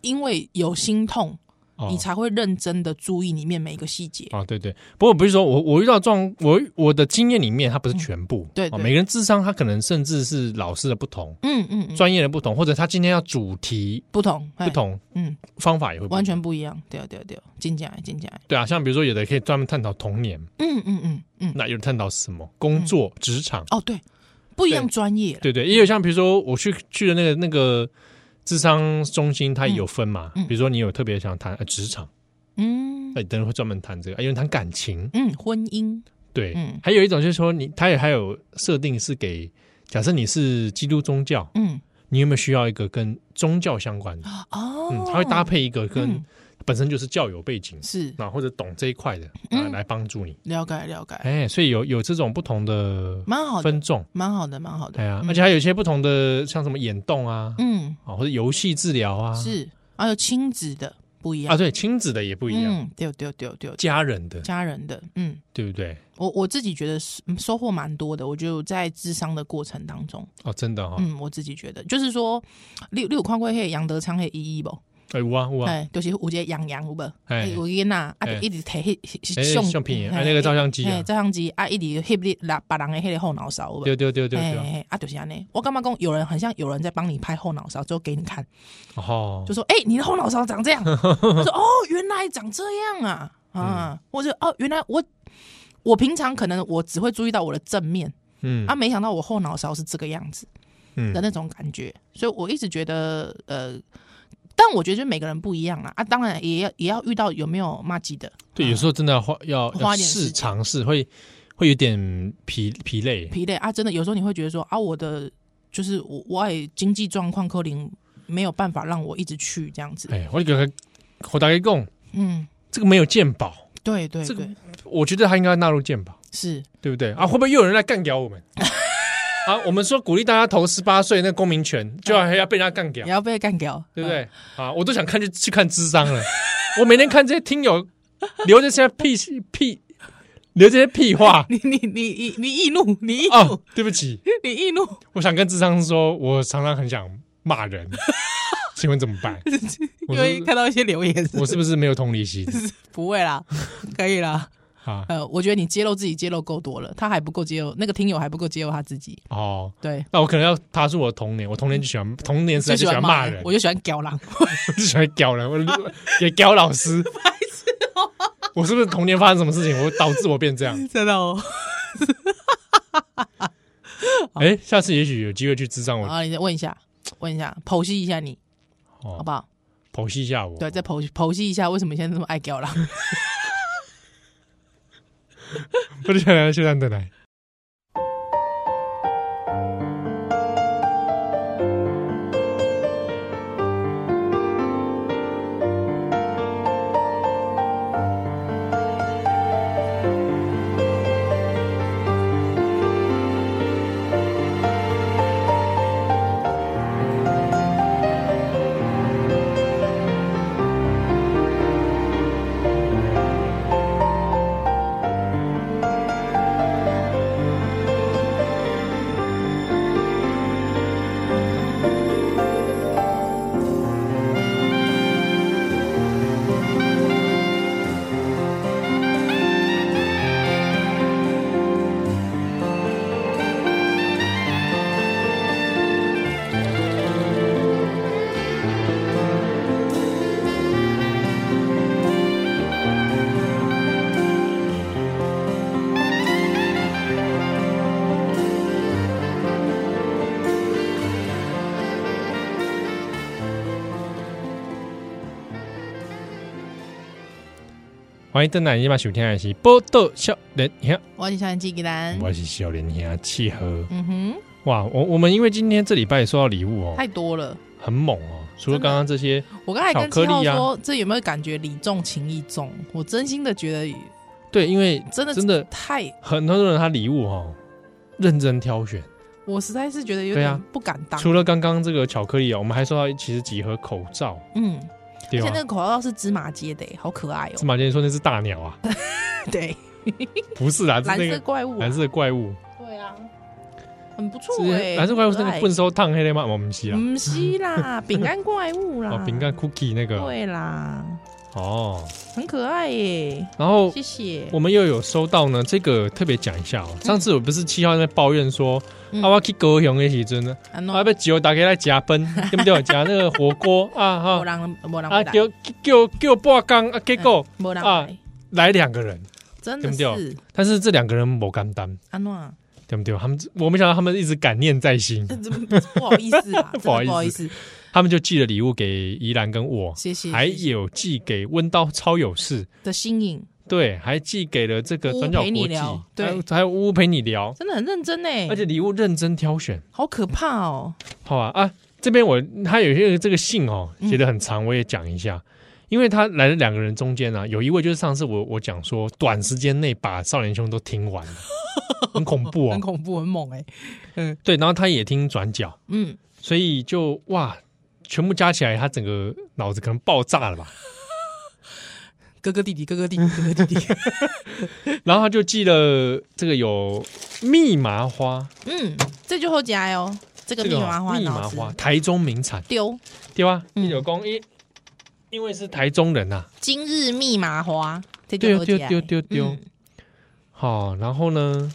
Speaker 3: 因为有心痛，
Speaker 2: 哦
Speaker 3: 你才会认真的注意里面每一个细节。
Speaker 2: 啊，对对，不过不是说我我遇到状，我我的经验里面，它不是全部，
Speaker 3: 嗯对
Speaker 2: 哦
Speaker 3: 对
Speaker 2: 每个人智商，他可能甚至是老师的不同，
Speaker 3: 嗯嗯嗯，
Speaker 2: 专业的不同，或者他今天要主题
Speaker 3: 不同
Speaker 2: 不
Speaker 3: 不，
Speaker 2: 同，
Speaker 3: 嘿嗯，
Speaker 2: 方法也会不
Speaker 3: 完
Speaker 2: 一
Speaker 3: 全
Speaker 2: 样
Speaker 3: 不一样。对啊对啊对啊，真假真假，
Speaker 2: 对啊，像比如说有的可以专门探讨童年，
Speaker 3: 嗯嗯嗯嗯，
Speaker 2: 那有人探讨什么工作、职场，
Speaker 3: 哦对，不一样专业了。
Speaker 2: 对对，也有像比如说我去去的那个那个智商中心，它也有分嘛。
Speaker 3: 嗯嗯
Speaker 2: 比如说你有特别想谈呃职场，
Speaker 3: 嗯
Speaker 2: 那你等会会专门谈这个；，啊有人谈感情，
Speaker 3: 嗯，婚姻
Speaker 2: 对，
Speaker 3: 嗯
Speaker 2: 还有一种就是说你，它也还有设定是给，假设你是基督宗教，
Speaker 3: 嗯
Speaker 2: 你有没有需要一个跟宗教相关的？
Speaker 3: 哦，
Speaker 2: 嗯，它会搭配一个跟
Speaker 3: 嗯
Speaker 2: 本身就是教友背景，
Speaker 3: 是
Speaker 2: 那、或者懂这一块的，啊、
Speaker 3: 嗯
Speaker 2: 来帮助你。
Speaker 3: 了解了解，
Speaker 2: 哎，所以有有这种不同的
Speaker 3: 蛮好的，
Speaker 2: 分众，
Speaker 3: 蛮好的，蛮好
Speaker 2: 对
Speaker 3: 的。
Speaker 2: 啊，
Speaker 3: 嗯
Speaker 2: 而且还有一些不同的，像什么眼动啊，
Speaker 3: 嗯，
Speaker 2: 啊，或者游戏治疗啊，
Speaker 3: 是，还有亲子的不一样
Speaker 2: 啊，，对，亲子的也不
Speaker 3: 不
Speaker 2: 一样，，
Speaker 3: 对对对对，
Speaker 2: 家人的
Speaker 3: 嗯家人的，嗯。
Speaker 2: 对不对？
Speaker 3: 我我自己觉得是嗯收获蛮多的，我就在智商的过程当中，
Speaker 2: 哦，真的哈、哦，
Speaker 3: 嗯，我自己觉得就是说，你你有看过迄杨德昌迄一一不？
Speaker 2: 哎、有啊有啊，
Speaker 3: 哎，就是有一个杨洋有无？
Speaker 2: 哎
Speaker 3: 哎，有一个呐，啊，
Speaker 2: 哎
Speaker 3: 就一直摕
Speaker 2: 哎
Speaker 3: 迄
Speaker 2: 相片哎那个照相机啊
Speaker 3: 哎，照相机啊，一直翕你啦，别人的迄个后脑勺有无？
Speaker 2: 对对对对
Speaker 3: 哎
Speaker 2: 对，
Speaker 3: 哎哎啊，就是安尼。我干嘛讲有人很像有人在帮你拍后脑勺，之后给你看，
Speaker 2: 哦
Speaker 3: 就，说：“哎、你的后脑勺长这样。” 我说：“哦，原来长这样啊
Speaker 2: 嗯
Speaker 3: 啊！”或者哦，原来我我平常可能我只会注意到我的正面
Speaker 2: 嗯
Speaker 3: 啊，没想到我后脑勺是这个样子
Speaker 2: 嗯
Speaker 3: 的那种感觉，所以我一直觉得呃。但我觉得就每个人不一样啦啊，当然也要也要遇到有没有骂鸡的，
Speaker 2: 对，有时候真的要花要
Speaker 3: 花
Speaker 2: 要
Speaker 3: 点时
Speaker 2: 试
Speaker 3: 间
Speaker 2: 尝试，会会有点疲疲累，
Speaker 3: 疲累啊，真的有时候你会觉得说啊，我的就是我我也经济状况可能没有办法让我一直去这样子，
Speaker 2: 哎、我给他我大概讲，
Speaker 3: 嗯，
Speaker 2: 这个没有鉴宝，
Speaker 3: 对对
Speaker 2: 这个
Speaker 3: 对，
Speaker 2: 我觉得他应该纳入鉴宝，
Speaker 3: 是
Speaker 2: 对不对？啊，会不会又有人来干掉我 们？啊，我们说鼓励大家投十八岁那公民 权，就要要被人家干掉
Speaker 3: 也，要被干掉，嗯
Speaker 2: 对不对？啊，我都想看去去看智商了。我每天看这些听友留这些屁屁，留这些屁 话
Speaker 3: 你你你你你易怒，你易怒，
Speaker 2: 哦，对不起，
Speaker 3: 你易怒，
Speaker 2: 我想跟智商说，我常常很想骂 人，请问怎么办？我
Speaker 3: 因
Speaker 2: 是
Speaker 3: 为看到一些留言是
Speaker 2: 我是不是没有同理 心
Speaker 3: 不会啦，可以啦。
Speaker 2: 啊？
Speaker 3: 呃，我觉得你揭露自己揭露够多了，他还不够揭露，那个听友还不够揭露他自己。
Speaker 2: 哦，
Speaker 3: 对，
Speaker 2: 那我可能要踏入我的童年，我童年就喜欢童年时代
Speaker 3: 就
Speaker 2: 嗯就喜欢骂人，啊
Speaker 3: 我就喜欢屌狼。
Speaker 2: 我就喜欢屌人，我就也屌老 师。哦我是不是童年发生什么事情，我导致我变 这样？
Speaker 3: 真的哦。
Speaker 2: 哎，下次也许有机会去智商，我
Speaker 3: 啊，你再问一下，问一下，剖析一下你，好
Speaker 2: 哦，
Speaker 3: 不好？
Speaker 2: 剖析一下我，
Speaker 3: 对，再剖析剖析一下为什么现在这么爱屌了。
Speaker 2: 不是来就让的来。欢迎登来，你把收听的是报道少年兄，
Speaker 3: 我是小年纪给咱，
Speaker 2: 我是少年兄契合。
Speaker 3: 嗯哼，
Speaker 2: 哇，我我们因为今天这礼拜收到礼物哦，
Speaker 3: 太多了。
Speaker 2: 很猛哦，除了刚刚这些，
Speaker 3: 我刚才跟七
Speaker 2: 巧克
Speaker 3: 号
Speaker 2: 力啊
Speaker 3: 说，这有没有感觉礼重情意重？我真心的觉得
Speaker 2: 对，因为
Speaker 3: 真的
Speaker 2: 真的
Speaker 3: 太，
Speaker 2: 很多人他礼物哦认真挑选，
Speaker 3: 我实在是觉得有
Speaker 2: 对
Speaker 3: 点
Speaker 2: 啊
Speaker 3: 不敢当。
Speaker 2: 除了刚刚这个巧克力哦，我们还收到其实几盒口罩，
Speaker 3: 嗯，
Speaker 2: 对啊
Speaker 3: 而且
Speaker 2: 吧
Speaker 3: 那？个口罩是芝麻街的，好可爱
Speaker 2: 司
Speaker 3: 哦。
Speaker 2: 马杰说那是大鸟 啊，
Speaker 3: 对，
Speaker 2: 不是啦，是
Speaker 3: 蓝
Speaker 2: 那
Speaker 3: 色
Speaker 2: 个
Speaker 3: 怪物啊，
Speaker 2: 蓝色怪物，
Speaker 3: 对啊，很不错
Speaker 2: 是
Speaker 3: 哎。
Speaker 2: 蓝色怪物是那
Speaker 3: 可
Speaker 2: 个
Speaker 3: 爱
Speaker 2: 笨手烫黑的吗？我们不是啦，啊
Speaker 3: 不是 啦，饼干怪物啦，
Speaker 2: 哦，饼干 cookie 那个
Speaker 3: 啊对啦，
Speaker 2: 哦，
Speaker 3: 很可爱耶，
Speaker 2: 然后
Speaker 3: 谢谢。
Speaker 2: 哦我们又有收到呢，这个特别讲一下哦。上次我不是七号在抱怨说，
Speaker 3: 嗯
Speaker 2: 啊，我去高雄的时阵呢，
Speaker 3: 啊喏
Speaker 2: 啊，被酒打开来加分，对不对？加那个火锅啊哈，
Speaker 3: 无人无人
Speaker 2: 啊，
Speaker 3: 来
Speaker 2: 叫叫叫半缸啊，结果
Speaker 3: 嗯无人
Speaker 2: 啊
Speaker 3: 来，
Speaker 2: 来两个人，
Speaker 3: 真的
Speaker 2: 对不对
Speaker 3: 是
Speaker 2: 但是这两个人没甘单，
Speaker 3: 安诺，啊
Speaker 2: 对不对？他们我没想到他们一直感念在 心，
Speaker 3: 这啊不好意思啊，真的
Speaker 2: 不
Speaker 3: 不
Speaker 2: 好意思
Speaker 3: 好意思，
Speaker 2: 他们就寄了礼物给宜兰跟我，
Speaker 3: 谢谢。
Speaker 2: 还
Speaker 3: 谢谢
Speaker 2: 有寄给温刀超有事，
Speaker 3: 的新颖，
Speaker 2: 对，还寄给了这个
Speaker 3: 屋
Speaker 2: 转角
Speaker 3: 陪你
Speaker 2: 国际
Speaker 3: 聊，对
Speaker 2: 还有还有屋陪你聊，
Speaker 3: 真的很认真呢，欸
Speaker 2: 而且礼物认真挑选。
Speaker 3: 好可怕哦。
Speaker 2: 好吧啊，这边我他有些这个信哦
Speaker 3: 嗯
Speaker 2: 写的很长，我也讲一下，因为他来的两个人中间啊，有一位就是上次我我讲说，短时间内把少年兄都听完 了，很恐怖哦
Speaker 3: 很。恐怖，很猛哎、
Speaker 2: 对，然后他也听转角，
Speaker 3: 嗯，
Speaker 2: 所以就哇，全部加起来，他整个脑子可能爆炸了吧。
Speaker 3: 哥哥弟弟，哥哥弟 弟，哥哥弟弟，
Speaker 2: 然后他就寄了这个有密麻花，
Speaker 3: 嗯，这就后加哦，这个
Speaker 2: 这
Speaker 3: 密
Speaker 2: 个
Speaker 3: 麻花
Speaker 2: 密
Speaker 3: 很
Speaker 2: 麻
Speaker 3: 好吃，
Speaker 2: 花，台中名产，
Speaker 3: 丢
Speaker 2: 对吧？
Speaker 3: 嗯
Speaker 2: 一九公一，因为是台中人呐、啊，
Speaker 3: 今日密麻花，这就
Speaker 2: 丢
Speaker 3: 好
Speaker 2: 丢
Speaker 3: 加
Speaker 2: 丢丢丢。
Speaker 3: 嗯
Speaker 2: 好、然后呢，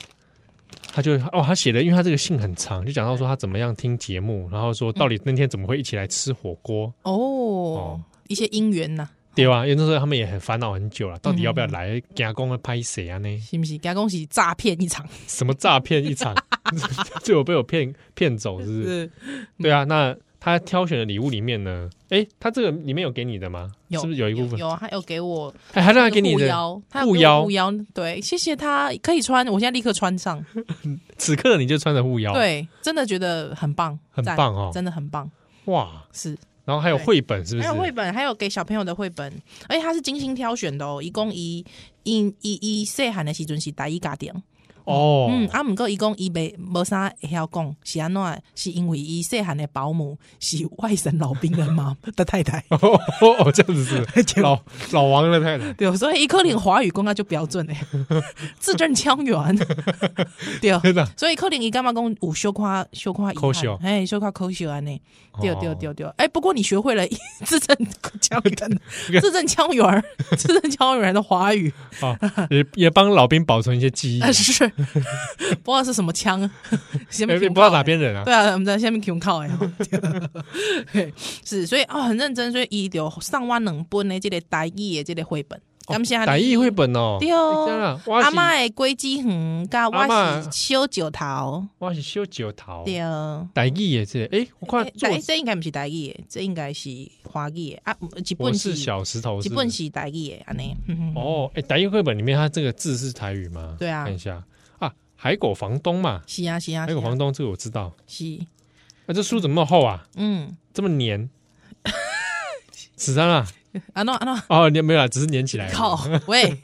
Speaker 2: 他就哦，他写的，因为他这个信很长，就讲到说他怎么样听节目，然后说到底那天怎么会一起来吃火锅，
Speaker 3: 哦
Speaker 2: 哦，
Speaker 3: 一些姻缘啊呐，
Speaker 2: 对啊吧？因为那时候他们也很烦恼很久了，到底要不要
Speaker 3: 嗯
Speaker 2: 来加工来拍谁啊？呢，
Speaker 3: 是不是？加恭喜诈骗一场，
Speaker 2: 什么诈骗一场， 最后被我骗骗走，是不是？
Speaker 3: 是
Speaker 2: 对啊，那他挑选的礼物里面呢，诶，他这个里面有给你的吗？
Speaker 3: 有
Speaker 2: 是不是有一部分？
Speaker 3: 有，啊他有给我
Speaker 2: 哎，还让他
Speaker 3: 那个
Speaker 2: 给你
Speaker 3: 护
Speaker 2: 的，
Speaker 3: 腰，他有
Speaker 2: 护
Speaker 3: 给我
Speaker 2: 腰
Speaker 3: 护腰，对，谢谢他，可以穿，我现在立刻穿上，
Speaker 2: 此刻你就穿着护腰，，
Speaker 3: 对，真的觉得很棒，
Speaker 2: 很
Speaker 3: 赞
Speaker 2: 棒哦
Speaker 3: 真的很棒，
Speaker 2: 哇，
Speaker 3: 是。
Speaker 2: 然后还有
Speaker 3: 对
Speaker 2: 绘本，是不
Speaker 3: 还
Speaker 2: 是？
Speaker 3: 有绘本，还有给小朋友的绘本，而且它是精心挑选的哦，一共一一一一细汉的时阵是大一家庭，
Speaker 2: 哦，
Speaker 3: 嗯，啊，毋过伊讲伊袂无啥会晓讲，是安怎的？是因为伊细汉的保姆是外省老兵的妈 的太太，
Speaker 2: 哦哦，这样子 是老老王的太太，
Speaker 3: 对，所以伊可能华语讲啊就标准诶， 字正腔圆， 对，
Speaker 2: 真 的
Speaker 3: 所以可能伊感觉讲有小夸小夸
Speaker 2: 可惜哦
Speaker 3: 哎，小夸可惜安尼，对
Speaker 2: 哦
Speaker 3: 对对对，哎，不过你学会了 字正 腔
Speaker 2: 个
Speaker 3: 圆，字正腔圆儿， 字正腔圆的 华语，
Speaker 2: 哦，也也帮老兵保存一些记忆，
Speaker 3: 但是不知道是什么腔，先
Speaker 2: 哎不知道哪边人啊，
Speaker 3: 对啊，我们在下面穷靠哎，啊对是，所以哦，很认真，所以伊就上万两本的这个台语的这个绘本感谢
Speaker 2: 打
Speaker 3: 你
Speaker 2: 译绘本哦，
Speaker 3: 对
Speaker 2: 哎真的
Speaker 3: 哦，
Speaker 2: 我
Speaker 3: 阿
Speaker 2: 是
Speaker 3: 嬷的果子园，甲
Speaker 2: 阿
Speaker 3: 我是
Speaker 2: 嬷
Speaker 3: 小石头，
Speaker 2: 我是小九头，
Speaker 3: 对。哦。
Speaker 2: 打译也是，哎，我看
Speaker 3: 诶
Speaker 2: 作
Speaker 3: 台这应该不是台语的，这应该是华语的啊，一
Speaker 2: 我
Speaker 3: 本
Speaker 2: 是小石头，
Speaker 3: 一
Speaker 2: 是不
Speaker 3: 本
Speaker 2: 是
Speaker 3: 是台语的安尼。嗯哼
Speaker 2: 哦，哎，打译绘本里面它这个字是台语吗？
Speaker 3: 对啊
Speaker 2: 看一下啊，海狗房东嘛，
Speaker 3: 是啊是啊，
Speaker 2: 海
Speaker 3: 是
Speaker 2: 狗
Speaker 3: 啊
Speaker 2: 房东这个我知道，
Speaker 3: 是，
Speaker 2: 啊，这书怎么那么厚啊？
Speaker 3: 嗯，
Speaker 2: 这么 黏？死三啊！
Speaker 3: 安诺安诺，
Speaker 2: 哦，黏没有啦，只是黏起来而已。
Speaker 3: 靠， 喂，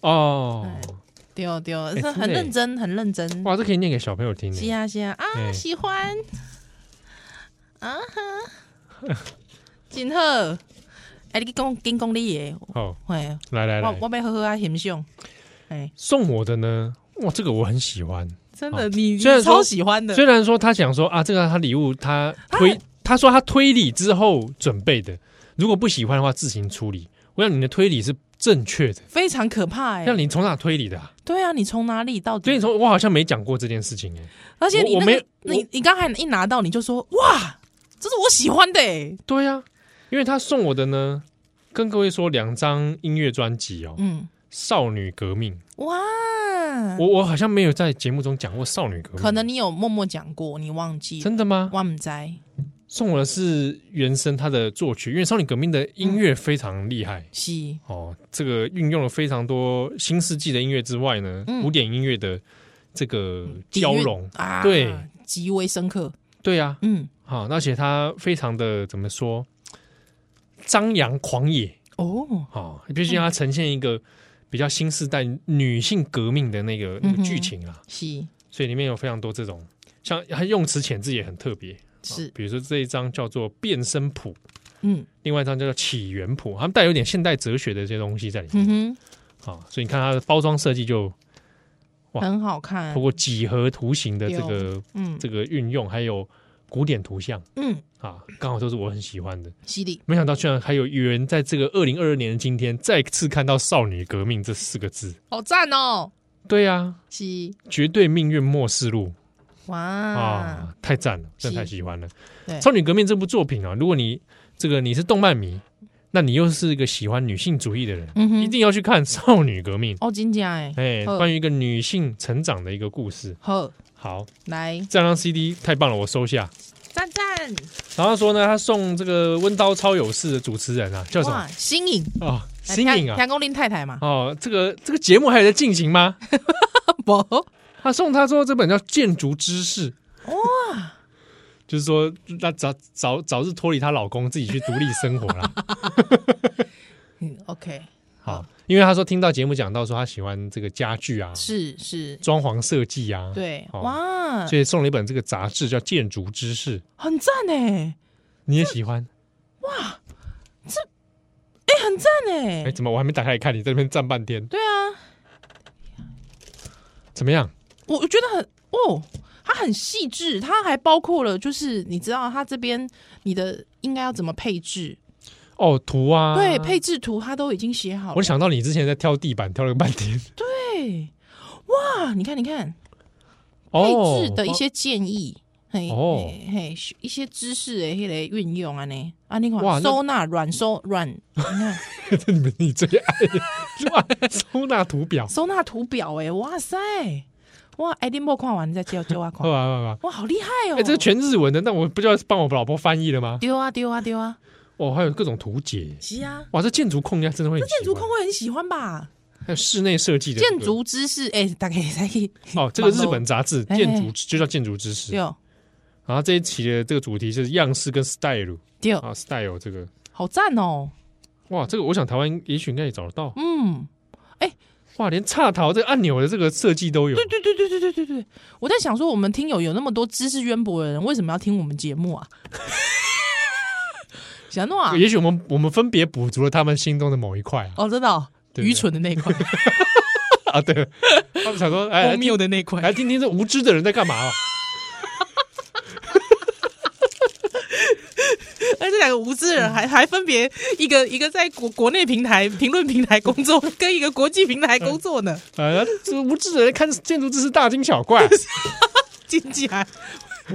Speaker 2: 哦，
Speaker 3: 哎对对，
Speaker 2: 哎真
Speaker 3: 是
Speaker 2: 的
Speaker 3: 很
Speaker 2: 耶
Speaker 3: 认真很认真。
Speaker 2: 哇，这可以念给小朋友听
Speaker 3: 嗯是
Speaker 2: 的。
Speaker 3: 啊是啊，啊
Speaker 2: 哎
Speaker 3: 喜欢啊哈， 真好。哎，你讲跟讲你的，
Speaker 2: 哦，
Speaker 3: 喂，
Speaker 2: 来来
Speaker 3: 我
Speaker 2: 来，
Speaker 3: 我要好好啊欣赏。哎，
Speaker 2: 送我的呢，哇，这个我很喜欢。
Speaker 3: 真
Speaker 2: 好
Speaker 3: 的，你
Speaker 2: 哦虽然
Speaker 3: 你超
Speaker 2: 说
Speaker 3: 喜欢的，
Speaker 2: 虽然说他想说啊，这个他礼物他
Speaker 3: 啊
Speaker 2: 推，他说他推理之后准备的，如果不喜欢的话自行处理。我想你的推理是正确的，
Speaker 3: 非常可怕哎
Speaker 2: 那。你从哪推理的啊？
Speaker 3: 对啊，你从哪里到底？
Speaker 2: 所以说我好像没讲过这件事情哎。
Speaker 3: 而且你
Speaker 2: 我我
Speaker 3: 那
Speaker 2: 没
Speaker 3: 个，你你刚才一拿到你就说哇，这是我喜欢的哎。
Speaker 2: 对呀、因为他送我的呢，跟各位说两张音乐专辑哦，
Speaker 3: 嗯，
Speaker 2: 少女革命》
Speaker 3: 哇，
Speaker 2: 我我好像没有在节目中讲过少女革命，
Speaker 3: 可能你有默默讲过，你忘记。
Speaker 2: 真的吗？
Speaker 3: 我唔知。
Speaker 2: 送我的是原声他的作曲，因为少女革命的音乐非常厉害、
Speaker 3: 是，
Speaker 2: 哦，这个运用了非常多新世纪的音乐之外呢，
Speaker 3: 嗯
Speaker 2: 古典音乐的这个交融，
Speaker 3: 啊，
Speaker 2: 对，
Speaker 3: 极为深刻。
Speaker 2: 对啊，
Speaker 3: 嗯，
Speaker 2: 好、而且他非常的怎么说，张扬狂野
Speaker 3: 哦，
Speaker 2: 哦，毕竟它呈现一个比较新时代女性革命的那个、那
Speaker 3: 嗯
Speaker 2: 个
Speaker 3: 哼
Speaker 2: 剧情啊，
Speaker 3: 是
Speaker 2: 所以里面有非常多这种，像它用词遣字也很特别，
Speaker 3: 是，
Speaker 2: 比如说这一张叫做《变身谱》，
Speaker 3: 嗯
Speaker 2: 另外一张叫做《起源谱》，它们带有点现代哲学的这些东西在里面
Speaker 3: 嗯哼，
Speaker 2: 啊、所以你看它的包装设计就哇
Speaker 3: 很好看
Speaker 2: 通。过几何图形的这个
Speaker 3: 嗯
Speaker 2: 这个运用，还有古典图像
Speaker 3: 嗯，
Speaker 2: 啊，刚好都是我很喜欢的。
Speaker 3: 犀利，
Speaker 2: 没想到居然还有人在这个二零二二年的今天再次看到“少女革命”这四个字。
Speaker 3: 好赞哦。
Speaker 2: 对啊，
Speaker 3: 是，
Speaker 2: 绝对命运末世录
Speaker 3: 哇，
Speaker 2: 啊，太赞了，真的
Speaker 3: 是
Speaker 2: 太喜欢了。
Speaker 3: 对
Speaker 2: 《少女革命》这部作品啊，如果你这个你是动漫迷，那你又是一个喜欢女性主义的人，
Speaker 3: 嗯
Speaker 2: 一
Speaker 3: 哼，
Speaker 2: 定要去看《少女革命》。
Speaker 3: 哦，真正哎，
Speaker 2: 哎，
Speaker 3: 好
Speaker 2: 关于一个女性成长的一个故事。
Speaker 3: 好，
Speaker 2: 好，
Speaker 3: 来，
Speaker 2: 这张 CD 太棒了，我收下。
Speaker 3: 赞赞，
Speaker 2: 然后说呢，他送这个温刀超有事的主持人啊，叫什么
Speaker 3: 哇，新颖，
Speaker 2: 啊？新颖啊！
Speaker 3: 天公林太太 嘛，
Speaker 2: 哦，这个这个节目还有在进行吗？
Speaker 3: 不，
Speaker 2: 他送他说这本叫《建筑知识》哇，就是说那早早早日脱离她老公，自己去独立生活 啦。
Speaker 3: 嗯，OK，
Speaker 2: 好，因为他说听到节目讲到说他喜欢这个家具啊、
Speaker 3: 是是，
Speaker 2: 装潢设计啊，，
Speaker 3: 对，
Speaker 2: 哦
Speaker 3: 嗯哇，
Speaker 2: 所以送了一本这个杂志叫《建筑知识》，
Speaker 3: 很赞哎，
Speaker 2: 你也喜欢？
Speaker 3: 哎，很赞
Speaker 2: 哎、
Speaker 3: 哎，
Speaker 2: 怎么我还没打开来看？你在那边站半天，
Speaker 3: 对啊，
Speaker 2: 怎么样？
Speaker 3: 我我觉得很哦。它很细致，它还包括了，就是你知道，它这边你的应该要怎么配置，
Speaker 2: 哦，图啊，
Speaker 3: 对，配置图它都已经写好
Speaker 2: 我
Speaker 3: 了。
Speaker 2: 想到你之前在挑地板，挑了个半天。
Speaker 3: 对，哇，你看，你看，
Speaker 2: 哦，
Speaker 3: 配置的一些建议。嘿，
Speaker 2: 哦
Speaker 3: 嘿，嘿一些知识的迄个运用啊呢，啊你
Speaker 2: 哇那
Speaker 3: 看收纳软收软，你看
Speaker 2: 你们你最爱 乱收纳图表，
Speaker 3: 收纳图表哎，哇塞，哇，哎你莫看完你再叫叫我
Speaker 2: 好
Speaker 3: 看，
Speaker 2: 吧好吧好吧。
Speaker 3: 哇好厉害哦，
Speaker 2: 哎、这个全日文的，那我不就要帮我老婆翻译了吗？
Speaker 3: 丢啊丢啊丢啊，
Speaker 2: 哦，还有各种图解，
Speaker 3: 是啊，
Speaker 2: 哇，这建筑控应该真的会很喜
Speaker 3: 建
Speaker 2: 欢，
Speaker 3: 筑控会很喜欢吧？
Speaker 2: 还有室内设计的这个
Speaker 3: 建筑知识哎，大概才可以
Speaker 2: 哦，这个日本杂志
Speaker 3: 哎啊
Speaker 2: 建筑就叫建筑知识，
Speaker 3: 丢
Speaker 2: 然后这一期的这个主题是样式跟 style
Speaker 3: 丢，
Speaker 2: 啊，style 这个
Speaker 3: 好赞哦，
Speaker 2: 哇，这个我想台湾也许应该也找得到，
Speaker 3: 嗯，
Speaker 2: 哇，连插头这个按钮的这个设计都有，
Speaker 3: 对对对对对对对对，我在想说我们听友有那么多知识渊博的人，为什么要听我们 节目啊？想弄啊，
Speaker 2: 也许我们我们分别补足了他们心中的某一块啊，
Speaker 3: 哦，真的、哦，
Speaker 2: 对不对
Speaker 3: 愚蠢的那 一块，
Speaker 2: 啊对，他们想说，哎，来
Speaker 3: 荒
Speaker 2: 听
Speaker 3: 谬的那一块，
Speaker 2: 来听听这无知的人在干嘛啊吧，
Speaker 3: 而这两个无知人还还分别一个一个在国国内平台评论平台工作，跟一个国际平台工作呢，
Speaker 2: 啊，这无知的人看建筑知识大惊小怪
Speaker 3: 经济还